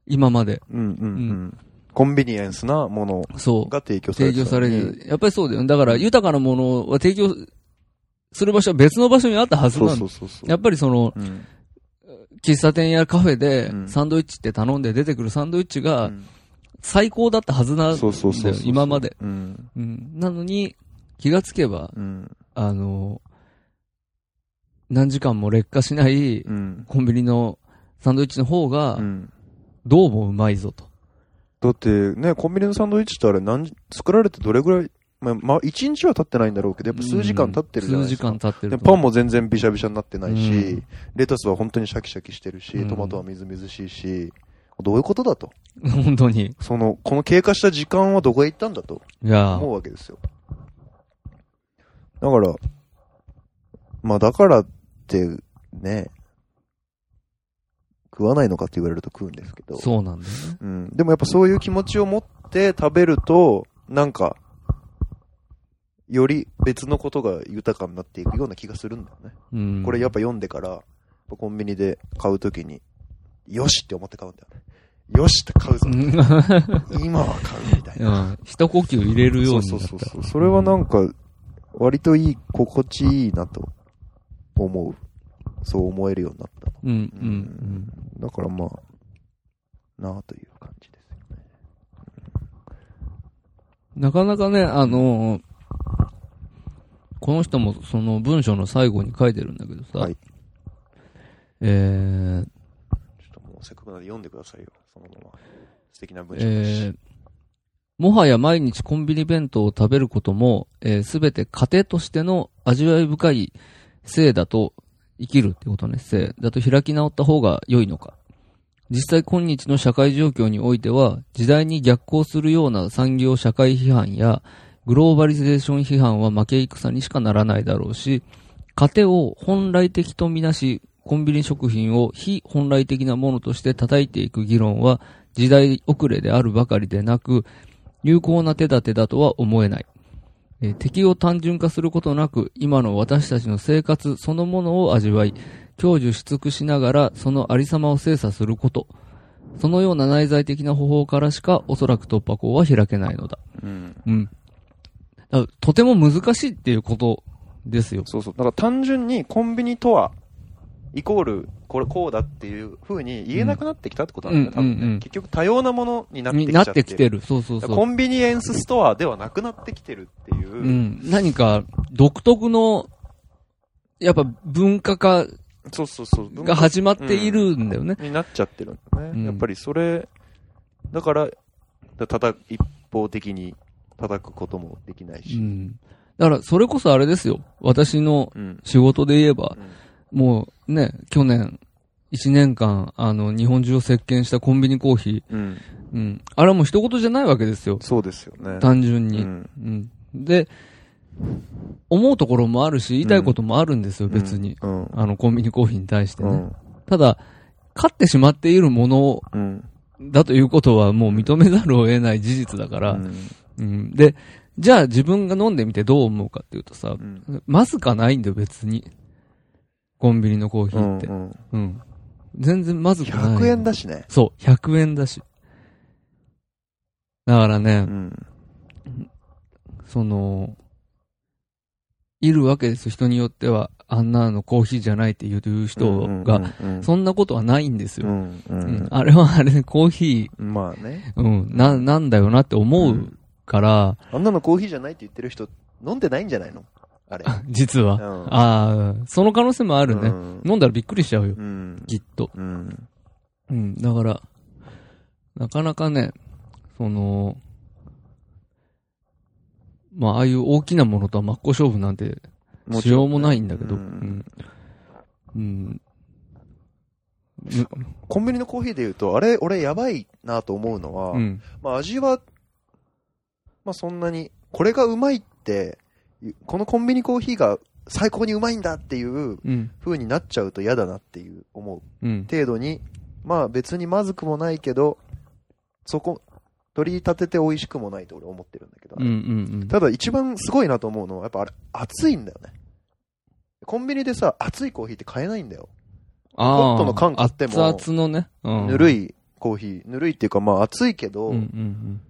[SPEAKER 3] 今まで。
[SPEAKER 2] うん。うん。う。
[SPEAKER 3] うん
[SPEAKER 2] コンビニエンスなもの
[SPEAKER 3] そう。
[SPEAKER 2] が提供され
[SPEAKER 3] 提
[SPEAKER 2] て
[SPEAKER 3] 供
[SPEAKER 2] た
[SPEAKER 3] さ
[SPEAKER 2] の
[SPEAKER 3] れ
[SPEAKER 2] に
[SPEAKER 3] る。やっぱりそうだよね。だから、豊かなものは提供する場所は別の場所にあったはず
[SPEAKER 2] そ
[SPEAKER 3] な
[SPEAKER 2] うんそ
[SPEAKER 3] だ
[SPEAKER 2] う。そうそう。
[SPEAKER 3] やっぱりその、
[SPEAKER 2] うん。
[SPEAKER 3] 喫茶店やカフェで
[SPEAKER 2] う、ん
[SPEAKER 3] サンドイッチって頼んで出てくるサンドイッチ
[SPEAKER 2] う
[SPEAKER 3] が
[SPEAKER 2] ん
[SPEAKER 3] 最高だったはずなんだ
[SPEAKER 2] そ
[SPEAKER 3] よ
[SPEAKER 2] うそうそうそう。
[SPEAKER 3] 今まで。
[SPEAKER 2] うん。
[SPEAKER 3] うん。なのに、気がつけば、
[SPEAKER 2] うん。
[SPEAKER 3] あの、何時間も劣化しない
[SPEAKER 2] うん。
[SPEAKER 3] コンビニのサンドイッチの方が
[SPEAKER 2] う、ん。
[SPEAKER 3] どうもうまいぞと。
[SPEAKER 2] だってね、コンビニのサンドイッチってあれ何時、作られてどれぐらい、まあ、まあ、一日は経ってないんだろうけど、やっぱ数時間経ってるじゃないですか。
[SPEAKER 3] うん数時間経って
[SPEAKER 2] で
[SPEAKER 3] ると。
[SPEAKER 2] パンも全然びしゃびしゃになってないし、
[SPEAKER 3] うん
[SPEAKER 2] レタスは本当にシャキシャキしてるし、
[SPEAKER 3] うん
[SPEAKER 2] トマトはみずみずしいし、どういうことだと。
[SPEAKER 3] 本当に。
[SPEAKER 2] その、この経過した時間はどこへ行ったんだと
[SPEAKER 3] いや
[SPEAKER 2] 思うわけですよ。だから、まあだからって、ね、食わないのかって言われると食うんですけど。
[SPEAKER 3] そうなんだよね。
[SPEAKER 2] うん。でもやっぱそういう気持ちを持って食べると、なんか、より別のことが豊かになっていくような気がするんだよね。
[SPEAKER 3] うん。
[SPEAKER 2] これやっぱ読んでから、コンビニで買うときに、よしって思って買うんだよね。よしって買うぞ
[SPEAKER 3] う。ん。
[SPEAKER 2] 今は買うみたいな。
[SPEAKER 3] うん一呼吸入れるよ
[SPEAKER 2] そううそ
[SPEAKER 3] にな
[SPEAKER 2] う
[SPEAKER 3] った。
[SPEAKER 2] そうそう。それはなんか、割といい、心地いいなと思う。そう思えるようになったの。
[SPEAKER 3] うん、うん、
[SPEAKER 2] う
[SPEAKER 3] うん。。
[SPEAKER 2] だからまあ、なあという感じですよね。
[SPEAKER 3] なかなかね、あのーこの人もその文章の最後に書いてるんだけどさ、
[SPEAKER 2] はい
[SPEAKER 3] え
[SPEAKER 2] ちょ
[SPEAKER 3] ー、
[SPEAKER 2] っともうせっかくなんで読んでくださいよ。そのまま。素敵な文章だ
[SPEAKER 3] え
[SPEAKER 2] し。
[SPEAKER 3] ー、もはや毎日コンビニ弁当を食べることも、えー、すべて家庭としての味わい深い性だと生きるってことね、性だと開き直った方が良いのか。実際今日の社会状況においては、時代に逆行するような産業社会批判や、グローバリゼーション批判は負け戦にしかならないだろうし、家庭を本来的とみなし、コンビニ食品を非本来的なものとして叩いていく議論は、時代遅れであるばかりでなく、有効な手立てだとは思えない。えー敵を単純化することなく、今の私たちの生活そのものを味わい、享受し尽くしながら、そのありさまを精査すること。そのような内在的な方法からしか、おそらく突破口は開けないのだ。
[SPEAKER 2] うん。
[SPEAKER 3] うん。だとても難しいっていうことですよ。
[SPEAKER 2] そうそう。だから単純にコンビニとは、イコール、これこうだっていう風に言えなくなってきたってことなんだよ、多分ね、
[SPEAKER 3] うんうんうん
[SPEAKER 2] 結局多様なものになってき
[SPEAKER 3] に
[SPEAKER 2] ちゃ
[SPEAKER 3] な
[SPEAKER 2] っ
[SPEAKER 3] っ
[SPEAKER 2] る。
[SPEAKER 3] ててきてる。そうそう
[SPEAKER 2] だ
[SPEAKER 3] そ
[SPEAKER 2] か
[SPEAKER 3] う
[SPEAKER 2] ら。コンビニエンスストアではなくなってきてるっていう。
[SPEAKER 3] うん、何か独特の、やっぱ文化化
[SPEAKER 2] そうそうそう。文
[SPEAKER 3] が
[SPEAKER 2] 化
[SPEAKER 3] 始まっているんだよね。
[SPEAKER 2] になっちゃってるんだよね。
[SPEAKER 3] うん
[SPEAKER 2] やっぱりそれ、だから、だ叩く一方的に叩くこともできない
[SPEAKER 3] うん。
[SPEAKER 2] し。
[SPEAKER 3] だから、それこそあれですよ。私の
[SPEAKER 2] うん。
[SPEAKER 3] 仕事で言えば
[SPEAKER 2] う、ん
[SPEAKER 3] もうね、去年、1年間、あの、日本中を席巻したコンビニコーヒ
[SPEAKER 2] うん
[SPEAKER 3] ー。うん。あれはもう一言じゃないわけですよ。
[SPEAKER 2] そうですよね。
[SPEAKER 3] 単純に。
[SPEAKER 2] うん
[SPEAKER 3] うん。で、思うところもあるし、言いたいこともあるんですよ、別に。
[SPEAKER 2] うん。
[SPEAKER 3] あの、コンビニコーヒーに対して
[SPEAKER 2] う
[SPEAKER 3] ね。
[SPEAKER 2] ん。
[SPEAKER 3] ただ、勝ってしまっているものを
[SPEAKER 2] うん。
[SPEAKER 3] だということはもう認めざるを得ない事実だから、うんで、じゃあ自分が飲んでみてどう思うかっていうとさ
[SPEAKER 2] う、ん。
[SPEAKER 3] まずかないんだよ別に。コンビニのコーヒ
[SPEAKER 2] う
[SPEAKER 3] ー
[SPEAKER 2] ん
[SPEAKER 3] って。う。
[SPEAKER 2] うんん。
[SPEAKER 3] 全然まずくない。
[SPEAKER 2] 100円だしね。
[SPEAKER 3] そう、100円だし。だからね
[SPEAKER 2] う、ん。
[SPEAKER 3] その、いるわけですよ人によっては、あんなのコーヒーじゃないって言う人が、
[SPEAKER 2] うんうんうん、
[SPEAKER 3] そんなことはないんです
[SPEAKER 2] う
[SPEAKER 3] よ。
[SPEAKER 2] んう
[SPEAKER 3] うんんあれはあれでコーヒ
[SPEAKER 2] うんまあね。
[SPEAKER 3] ー、うん、な、なんだよなって思うから、
[SPEAKER 2] あんなのコーヒーじゃないって言ってる人、飲んでないんじゃないのあれ。
[SPEAKER 3] 実は。
[SPEAKER 2] うん
[SPEAKER 3] ああ、その可能性もあるね、
[SPEAKER 2] うん
[SPEAKER 3] 飲んだらびっくりしちゃうよ。
[SPEAKER 2] うん。
[SPEAKER 3] きっと。
[SPEAKER 2] うん。
[SPEAKER 3] うん。だから、なかなかね、その、まあ、ああいう大きなものとは真っ向勝負なんてしようもないんだけど。
[SPEAKER 2] う
[SPEAKER 3] うんん。うん。
[SPEAKER 2] コンビニのコーヒーで言うと、あれ、俺やばいなと思うのは、
[SPEAKER 3] うん。
[SPEAKER 2] まあ味は、まあそんなに、これがうまいって、このコンビニコーヒーが最高にうまいんだっていう
[SPEAKER 3] うん。
[SPEAKER 2] 風になっちゃうと嫌だなっていう思う
[SPEAKER 3] うん。
[SPEAKER 2] 程度に、まあ別にまずくもないけど、そこ、取り立てて美味しくもないと俺思ってるんだけど、
[SPEAKER 3] うん。うん。うん。
[SPEAKER 2] ただ一番すごいなと思うのは、やっぱあれ、熱いんだよね。コンビニでさ、熱いコーヒーって買えないんだよ。
[SPEAKER 3] あ
[SPEAKER 2] ホットの缶買っても
[SPEAKER 3] 熱々のね。うん。
[SPEAKER 2] ぬるいコーヒー。ぬるいっていうか、まあ熱いけど、
[SPEAKER 3] うん。うん。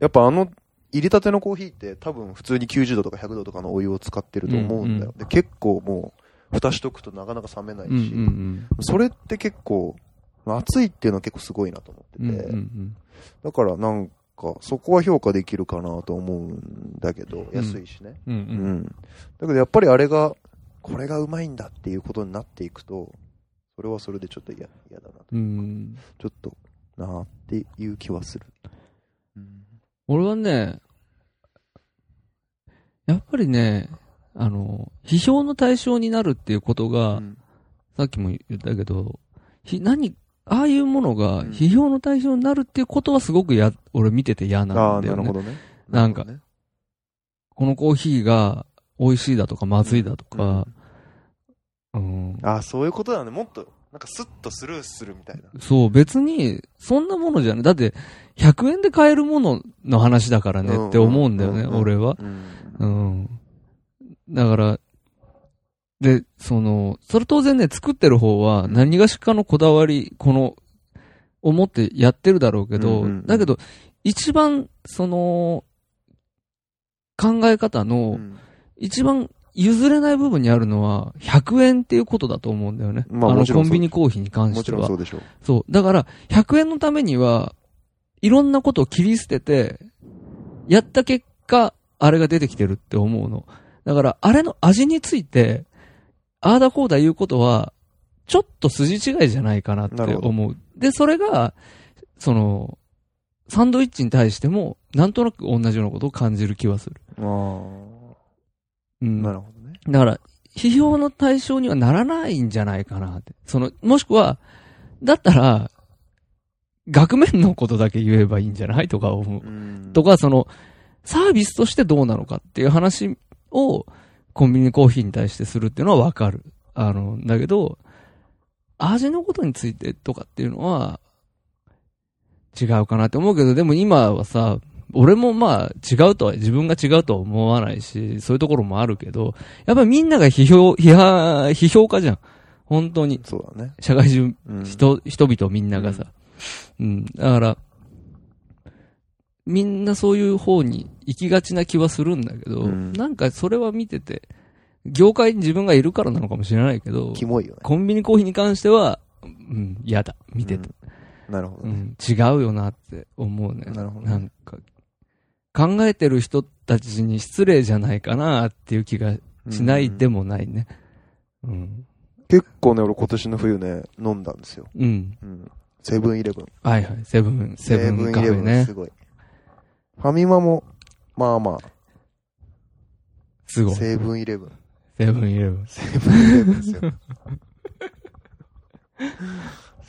[SPEAKER 2] やっぱあの、入れたてのコーヒーって多分普通に90度とか100度とかのお湯を使ってると思うんだよ。
[SPEAKER 3] う
[SPEAKER 2] で、結構もう、蓋しとくとなかなか冷めないし、
[SPEAKER 3] うん。うん。うん。
[SPEAKER 2] それって結構、熱いっていうのは結構すごいなと思って
[SPEAKER 3] うん。う
[SPEAKER 2] て、
[SPEAKER 3] ん。
[SPEAKER 2] だからなんか、そこは評価できるかなと思うんだけど、安いしね。
[SPEAKER 3] うん。う
[SPEAKER 2] うん。
[SPEAKER 3] ん。
[SPEAKER 2] だけどやっぱりあれが、これがうまいんだっていうことになっていくと、それはそれでちょっと嫌嫌だなと。
[SPEAKER 3] うん。
[SPEAKER 2] ちょっと、なーっていう気はする。
[SPEAKER 3] 俺はね、やっぱりね、あの、批評の対象になるっていうことが、
[SPEAKER 2] うん
[SPEAKER 3] さっきも言ったけど、ひ何、ああいうものが
[SPEAKER 2] うん
[SPEAKER 3] 批評の対象になるっていうことはすごくや、俺見てて嫌
[SPEAKER 2] あ
[SPEAKER 3] な
[SPEAKER 2] あ、
[SPEAKER 3] んだ
[SPEAKER 2] な
[SPEAKER 3] よ
[SPEAKER 2] るほど
[SPEAKER 3] ね。
[SPEAKER 2] ね。
[SPEAKER 3] なんか
[SPEAKER 2] るほどね
[SPEAKER 3] このコーヒーが美味しいだとかまずいだとか、うん
[SPEAKER 2] ああ、そういうことだね。もっと、なんかスッとスルーするみたいな。
[SPEAKER 3] そう、別に、そんなものじゃない。だって、100円で買えるものの話だからねって思うんだよ
[SPEAKER 2] う
[SPEAKER 3] ね、
[SPEAKER 2] んうんうん
[SPEAKER 3] 俺は。うん。だから、で、その、それ当然ね、作ってる方は
[SPEAKER 2] うん
[SPEAKER 3] 何がしかのこだわり、この、思ってやってるだろうけど、
[SPEAKER 2] うんうんうん
[SPEAKER 3] だけど、一番、その、考え方
[SPEAKER 2] う
[SPEAKER 3] の、
[SPEAKER 2] ん
[SPEAKER 3] 一番譲れない部分にあるのは、100円っていうことだと思うんだよね。
[SPEAKER 2] まあ
[SPEAKER 3] あ
[SPEAKER 2] も
[SPEAKER 3] の、
[SPEAKER 2] ちろ
[SPEAKER 3] コ
[SPEAKER 2] んそう
[SPEAKER 3] ンビニコーヒーに関
[SPEAKER 2] も
[SPEAKER 3] し
[SPEAKER 2] ち
[SPEAKER 3] て
[SPEAKER 2] ろん
[SPEAKER 3] は
[SPEAKER 2] そ。うでしょう。
[SPEAKER 3] そう。だから、100円のためには、いろんなことを切り捨てて、やった結果、あれが出てきてるって思うの。だから、あれの味について、ああだこうだ言うことは、ちょっと筋違いじゃないかなって
[SPEAKER 2] なるほど
[SPEAKER 3] 思う。で、それが、その、サンドイッチに対しても、なんとなく同じようなことを感じる気はする。
[SPEAKER 2] あ
[SPEAKER 3] うん。
[SPEAKER 2] なるほどね。
[SPEAKER 3] だから、批評の対象にはならないんじゃないかなって。その、もしくは、だったら、額面のことだけ言えばいいんじゃないとか思う。
[SPEAKER 2] うん
[SPEAKER 3] とか、その、サービスとしてどうなのかっていう話を、コンビニコーヒーに対してするっていうのはわかる。あの、だけど、味のことについてとかっていうのは、違うかなって思うけど、でも今はさ、俺もまあ違うとは、自分が違うとは思わないし、そういうところもあるけど、やっぱりみんなが批評、批判、批評家じゃん。本当に。
[SPEAKER 2] そうだね。
[SPEAKER 3] 社会中
[SPEAKER 2] うん
[SPEAKER 3] 人、人々みんながさ。うん。だから、みんなそういう方に行きがちな気はするんだけど、
[SPEAKER 2] うん
[SPEAKER 3] なんかそれは見てて、業界に自分がいるからなのかもしれないけど、
[SPEAKER 2] キモいよね。
[SPEAKER 3] コンビニコーヒーに関しては、うん、嫌だ。見てて、
[SPEAKER 2] うん。なるほど
[SPEAKER 3] う
[SPEAKER 2] ね。
[SPEAKER 3] ん違うよなって思うね。
[SPEAKER 2] なるほどね
[SPEAKER 3] なんか、考えてる人たちに失礼じゃないかなっていう気がしないで
[SPEAKER 2] も。
[SPEAKER 3] もないね。うん。
[SPEAKER 2] 結構ね、俺今年の冬ね、飲んだんですよ。
[SPEAKER 3] うん。
[SPEAKER 2] うんセブンイレブン。
[SPEAKER 3] はいはい。セブン、セブンカフェね
[SPEAKER 2] す。ごい。ファミマも、まあます
[SPEAKER 3] ご
[SPEAKER 2] あ、
[SPEAKER 3] い。
[SPEAKER 2] セブンイレブン。
[SPEAKER 3] セブンイレブン。
[SPEAKER 2] セブンイレブンですよ。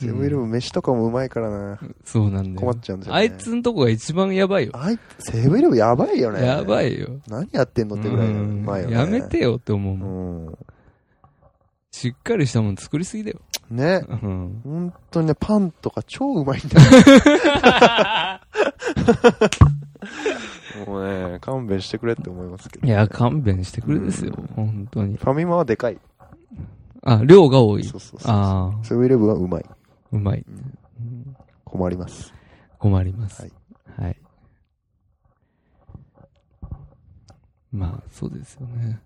[SPEAKER 2] セブンイレブン、飯とかもうまいからな。
[SPEAKER 3] そうなんだよ。
[SPEAKER 2] 困っちゃうんですよ、ね。
[SPEAKER 3] あいつんとこが一番やばいよ。
[SPEAKER 2] あいセブンイレブンやばいよね。
[SPEAKER 3] やば
[SPEAKER 2] い。
[SPEAKER 3] いよ。
[SPEAKER 2] 何やってんのってぐらいの、うまいよ
[SPEAKER 3] うん
[SPEAKER 2] ね。
[SPEAKER 3] やめ。てよって思う
[SPEAKER 2] う
[SPEAKER 3] もん。
[SPEAKER 2] ん。
[SPEAKER 3] しっかりしたもん作りすぎだよ。
[SPEAKER 2] ね。
[SPEAKER 3] うん。
[SPEAKER 2] 本当にね、パンとか超うまいん だよ。もうね、勘弁してくれって思いますけど、
[SPEAKER 3] いや、勘弁してくれですよ
[SPEAKER 2] うん。
[SPEAKER 3] 本当に。
[SPEAKER 2] ファミマはでかい。
[SPEAKER 3] あ、量が多い。
[SPEAKER 2] そうそうそう。
[SPEAKER 3] ああ、
[SPEAKER 2] セブンイレブンはうまい。
[SPEAKER 3] うまい。
[SPEAKER 2] うん
[SPEAKER 3] うん
[SPEAKER 2] 困ります。
[SPEAKER 3] 困ります。
[SPEAKER 2] は
[SPEAKER 3] はいい。まあ、そうですよね。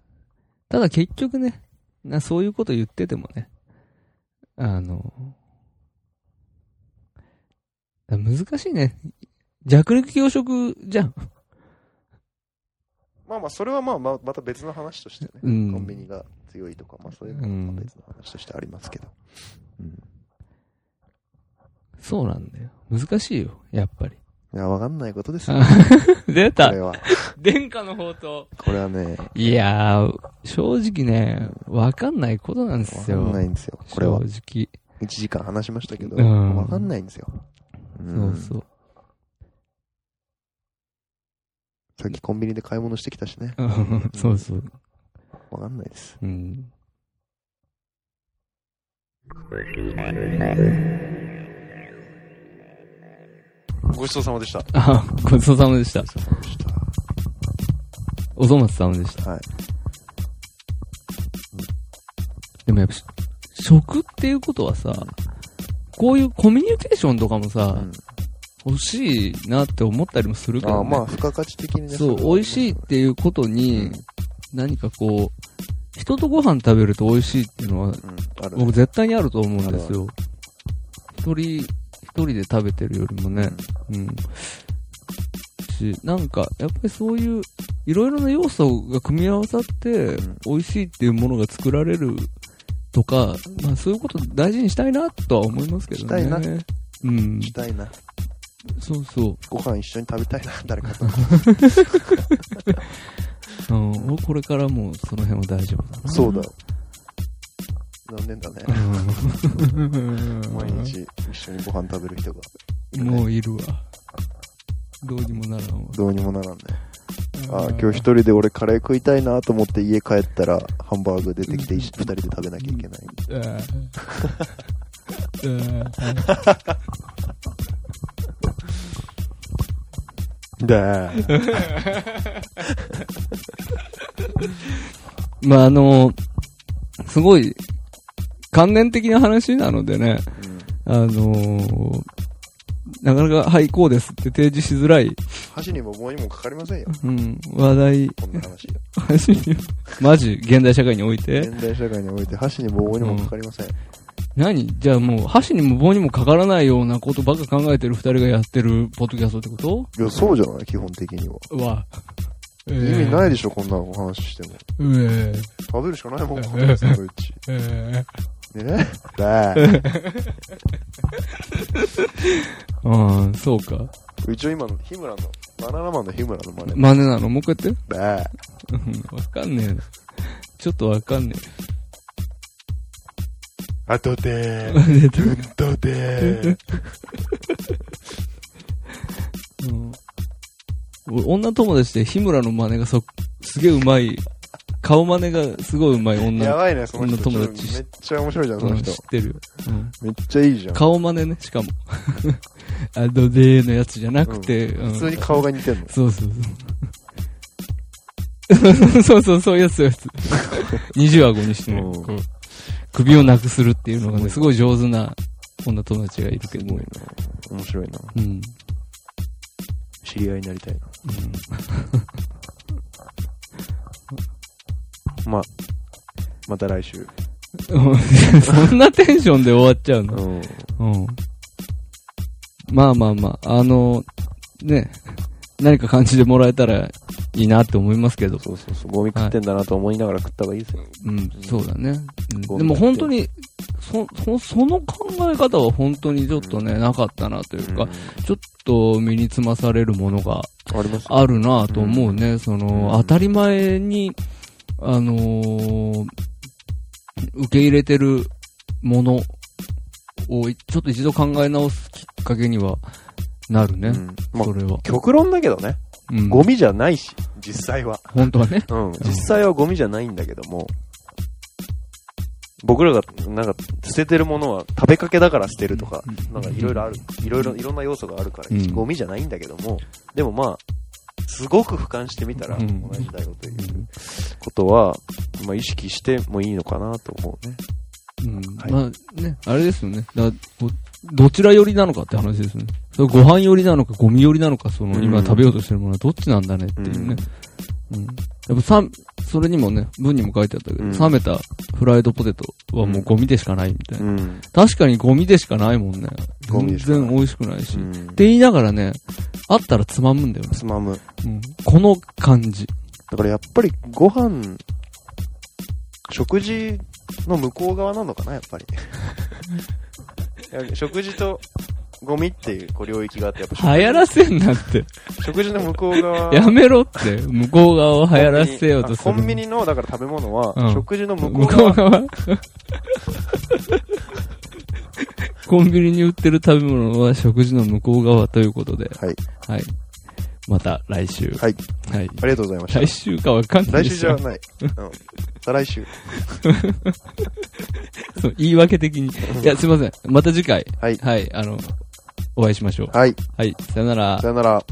[SPEAKER 3] ただ結局ね、な、そういうこと言っててもね、あの、難しいね。弱肉強食じゃん。
[SPEAKER 2] まあまあ、それはまあまあまた別の話としてね、
[SPEAKER 3] うん
[SPEAKER 2] コンビニが強いとか、まあそういうのは別の話としてありますけど。うん
[SPEAKER 3] そうなんだよ。難しいよ、やっぱ り。
[SPEAKER 2] いや、わかんないこと ですよ、
[SPEAKER 3] 出
[SPEAKER 2] こ
[SPEAKER 3] た
[SPEAKER 2] れは。
[SPEAKER 3] 殿下の宝刀
[SPEAKER 2] これはね、
[SPEAKER 3] いやー、正直ね、わかんないことなんです
[SPEAKER 2] わ
[SPEAKER 3] よ。
[SPEAKER 2] かんないんですよ。これは。
[SPEAKER 3] 正
[SPEAKER 2] 1時間話しましたけど、
[SPEAKER 3] うん
[SPEAKER 2] わかんないんですよ。う
[SPEAKER 3] 直。
[SPEAKER 2] ん
[SPEAKER 3] そう
[SPEAKER 2] さっきコンビニで買い物してきたしね。
[SPEAKER 3] そう。そうそう。
[SPEAKER 2] わかんないです。
[SPEAKER 3] うん。
[SPEAKER 2] ごちそうさまでした。
[SPEAKER 3] あ、ごちそうさまでした
[SPEAKER 2] ご。ちそうさまでした。
[SPEAKER 3] お粗末さまでした。
[SPEAKER 2] はい。
[SPEAKER 3] でもやっぱ、食っていうことはさ、こういうコミュニケーションとかもさ、
[SPEAKER 2] うん
[SPEAKER 3] 欲しいなって思ったりもするけ
[SPEAKER 2] あ
[SPEAKER 3] ど、
[SPEAKER 2] あ、
[SPEAKER 3] ね。
[SPEAKER 2] まあ、付加価値的にね。
[SPEAKER 3] そう、美味しいっ
[SPEAKER 2] う
[SPEAKER 3] ていうことに、何かこう、人とご飯食べると美味しいっていうのは、
[SPEAKER 2] ん、あるね
[SPEAKER 3] 僕絶対にあると思うんですよ。一人、一人で食べてるよりもね、うん。し、なんか、やっぱりそういう、いろいろな要素が組み合わさって
[SPEAKER 2] ん、
[SPEAKER 3] 美味しいっていうものが作られるとか、まあそういうこと大事にしたいなとは思いますけど
[SPEAKER 2] し
[SPEAKER 3] ね。
[SPEAKER 2] たいな
[SPEAKER 3] うん。
[SPEAKER 2] したいな。
[SPEAKER 3] そうそ
[SPEAKER 2] ご飯一緒に食べたいな、 誰かと。
[SPEAKER 3] う。うん。俺これからもその辺は大丈夫だな。
[SPEAKER 2] そうだよ。残念だ ね。毎
[SPEAKER 3] 毎
[SPEAKER 2] 日一緒にご飯食べる人がいるね、
[SPEAKER 3] もういるわ。どうにもならんわ。
[SPEAKER 2] どうにもならんね。ああ、今日一人で俺カレー食いたいなと思って家帰ったらハンバーグ出てきて一緒二人で食べなきゃいけない。
[SPEAKER 3] あー。 あー
[SPEAKER 2] だー。
[SPEAKER 3] まあ、あの、すごい、関連的な話なのでね、あのーなかなか、はい、こうですって提示しづらい、
[SPEAKER 2] 箸にも棒にもかかりませんよ。
[SPEAKER 3] うん、話題、
[SPEAKER 2] こんな話。
[SPEAKER 3] 話に、マジ、現代社会において、
[SPEAKER 2] 現代社会において箸にも棒にもかかりません。
[SPEAKER 3] 何じゃあもう、箸にも棒にもかからないようなことばっか考えてる二人がやってるポッドキャストってこ
[SPEAKER 2] いや、そうじゃない基本的には。
[SPEAKER 3] とは、意
[SPEAKER 2] 意味ないいでしょ、こんなお話しても。
[SPEAKER 3] えー、
[SPEAKER 2] 食べるしかないもん、このサンドイッチ。
[SPEAKER 3] えー
[SPEAKER 2] ね。だー。
[SPEAKER 3] うん、そうか。
[SPEAKER 2] 一応今の日村の、バナナマンの日村の真似。
[SPEAKER 3] 真似なのもう一回やって。
[SPEAKER 2] だー。
[SPEAKER 3] うんわかんねえな。ちょっとわかんね
[SPEAKER 2] あとで
[SPEAKER 3] え。 出て
[SPEAKER 2] うんとでー。
[SPEAKER 3] うん俺女友達で日村の真似がそ、すげえうまい、顔真似がすごいうまい 女
[SPEAKER 2] や
[SPEAKER 3] の
[SPEAKER 2] ばいね、その人。
[SPEAKER 3] そんな友達
[SPEAKER 2] ちょっとめっちゃ面白いじゃん、そ
[SPEAKER 3] 子
[SPEAKER 2] の
[SPEAKER 3] うん
[SPEAKER 2] 人
[SPEAKER 3] 知っ。てるよ。うん
[SPEAKER 2] めっちゃいいじゃん。
[SPEAKER 3] 顔真似ね、しかも。 あ、ドデーのやつじゃなくて、うん
[SPEAKER 2] 普通に顔が似てんの。
[SPEAKER 3] そうそうそう。そうそう、そういうやつ、そういうやつ。二重顎にしてね、
[SPEAKER 2] うん
[SPEAKER 3] こう首をなくするっていうのがね、
[SPEAKER 2] す
[SPEAKER 3] す
[SPEAKER 2] ご
[SPEAKER 3] ごい上手な女友達がいるけど。
[SPEAKER 2] 面白いな。
[SPEAKER 3] うん。
[SPEAKER 2] 知り合いになりたいな。まあ、また来週。
[SPEAKER 3] うん そんなテンションで終わっちゃうの
[SPEAKER 2] うん。
[SPEAKER 3] うん。まあまあまあ、あの、ね、何か感じてもらえたらいいなって思いますけど。
[SPEAKER 2] そうそうそう。ゴミ食ってんだなと思いながら食った方がいいですよ。
[SPEAKER 3] うん、そうだね。うん
[SPEAKER 2] ゴミ
[SPEAKER 3] でも本当に、そ、そ、その考え方は本当にちょっとね、なかったなというか、ちょっと身につまされるものが
[SPEAKER 2] あります
[SPEAKER 3] あるなと思うね。その、
[SPEAKER 2] うん
[SPEAKER 3] 当たり前に、あのー受け入れてるものを、いちょっと一度考え直すきっかけにはなるね。
[SPEAKER 2] うんまあ
[SPEAKER 3] そ、れは。
[SPEAKER 2] 極論だけどね。
[SPEAKER 3] うん
[SPEAKER 2] ゴミじゃないし、実際は。
[SPEAKER 3] 本当はね。
[SPEAKER 2] うん。実際はゴミじゃないんだけども、僕らが、なんか、捨ててるものは食べかけだから捨てるとか、なんかいろいろある。いろいろ、いろんな要素があるから、
[SPEAKER 3] うん
[SPEAKER 2] ゴミじゃないんだけども、でもまあ、すごく俯瞰してみたら、
[SPEAKER 3] う
[SPEAKER 2] 同
[SPEAKER 3] ん
[SPEAKER 2] じだよということは、まあ意識してもいいのかなと思うね。
[SPEAKER 3] うん。
[SPEAKER 2] はい
[SPEAKER 3] まあね、あれですよね。だこどちら寄りなのかって話ですよね。それご飯寄りなのか、ゴミ寄りなのか、その、
[SPEAKER 2] う
[SPEAKER 3] 今
[SPEAKER 2] ん
[SPEAKER 3] 食べようとしてるものはどっちなんだねっていうね。うん。やっぱさ、それにもね、文にも書いてあったけど、
[SPEAKER 2] うん
[SPEAKER 3] 冷めたフライドポテトはもうゴミでしかないみたいな。
[SPEAKER 2] うん。
[SPEAKER 3] 確かにゴミでしかないもんね。
[SPEAKER 2] ゴミで
[SPEAKER 3] 全
[SPEAKER 2] しかない
[SPEAKER 3] 然美味しくないし。
[SPEAKER 2] う
[SPEAKER 3] っ
[SPEAKER 2] ん。
[SPEAKER 3] て言いながらね、あったらつまむんだよね。
[SPEAKER 2] つまむ。
[SPEAKER 3] うんこの感じ。
[SPEAKER 2] だからやっぱりご飯、食事の向こう側なのかな、やっぱ り。いや食事とゴミっていうこう領域があって、やっぱ食
[SPEAKER 3] 流行らせんなって。
[SPEAKER 2] 食事の向こう側。
[SPEAKER 3] やめろって。向こう側を流行らせようとす
[SPEAKER 2] コ
[SPEAKER 3] る。
[SPEAKER 2] ンビニの、だから食べ物は、
[SPEAKER 3] うん
[SPEAKER 2] 食事の向こ
[SPEAKER 3] 向
[SPEAKER 2] う
[SPEAKER 3] こう
[SPEAKER 2] 側。
[SPEAKER 3] 側コンビニに売ってる食べ物は食事の向こう側ということで。
[SPEAKER 2] はい。
[SPEAKER 3] はい。また来週。
[SPEAKER 2] はい。
[SPEAKER 3] はい。
[SPEAKER 2] ありがとうございました
[SPEAKER 3] 来。週かわかんな
[SPEAKER 2] 来
[SPEAKER 3] いで
[SPEAKER 2] 週
[SPEAKER 3] す
[SPEAKER 2] じゃ
[SPEAKER 3] よ。
[SPEAKER 2] ない。うん。再来週。
[SPEAKER 3] そう 言い訳的に。いや、すいません。また次回。
[SPEAKER 2] はい
[SPEAKER 3] はい。あの、お会いしましょう。
[SPEAKER 2] はい。
[SPEAKER 3] はい。さよなら
[SPEAKER 2] さ。よなら。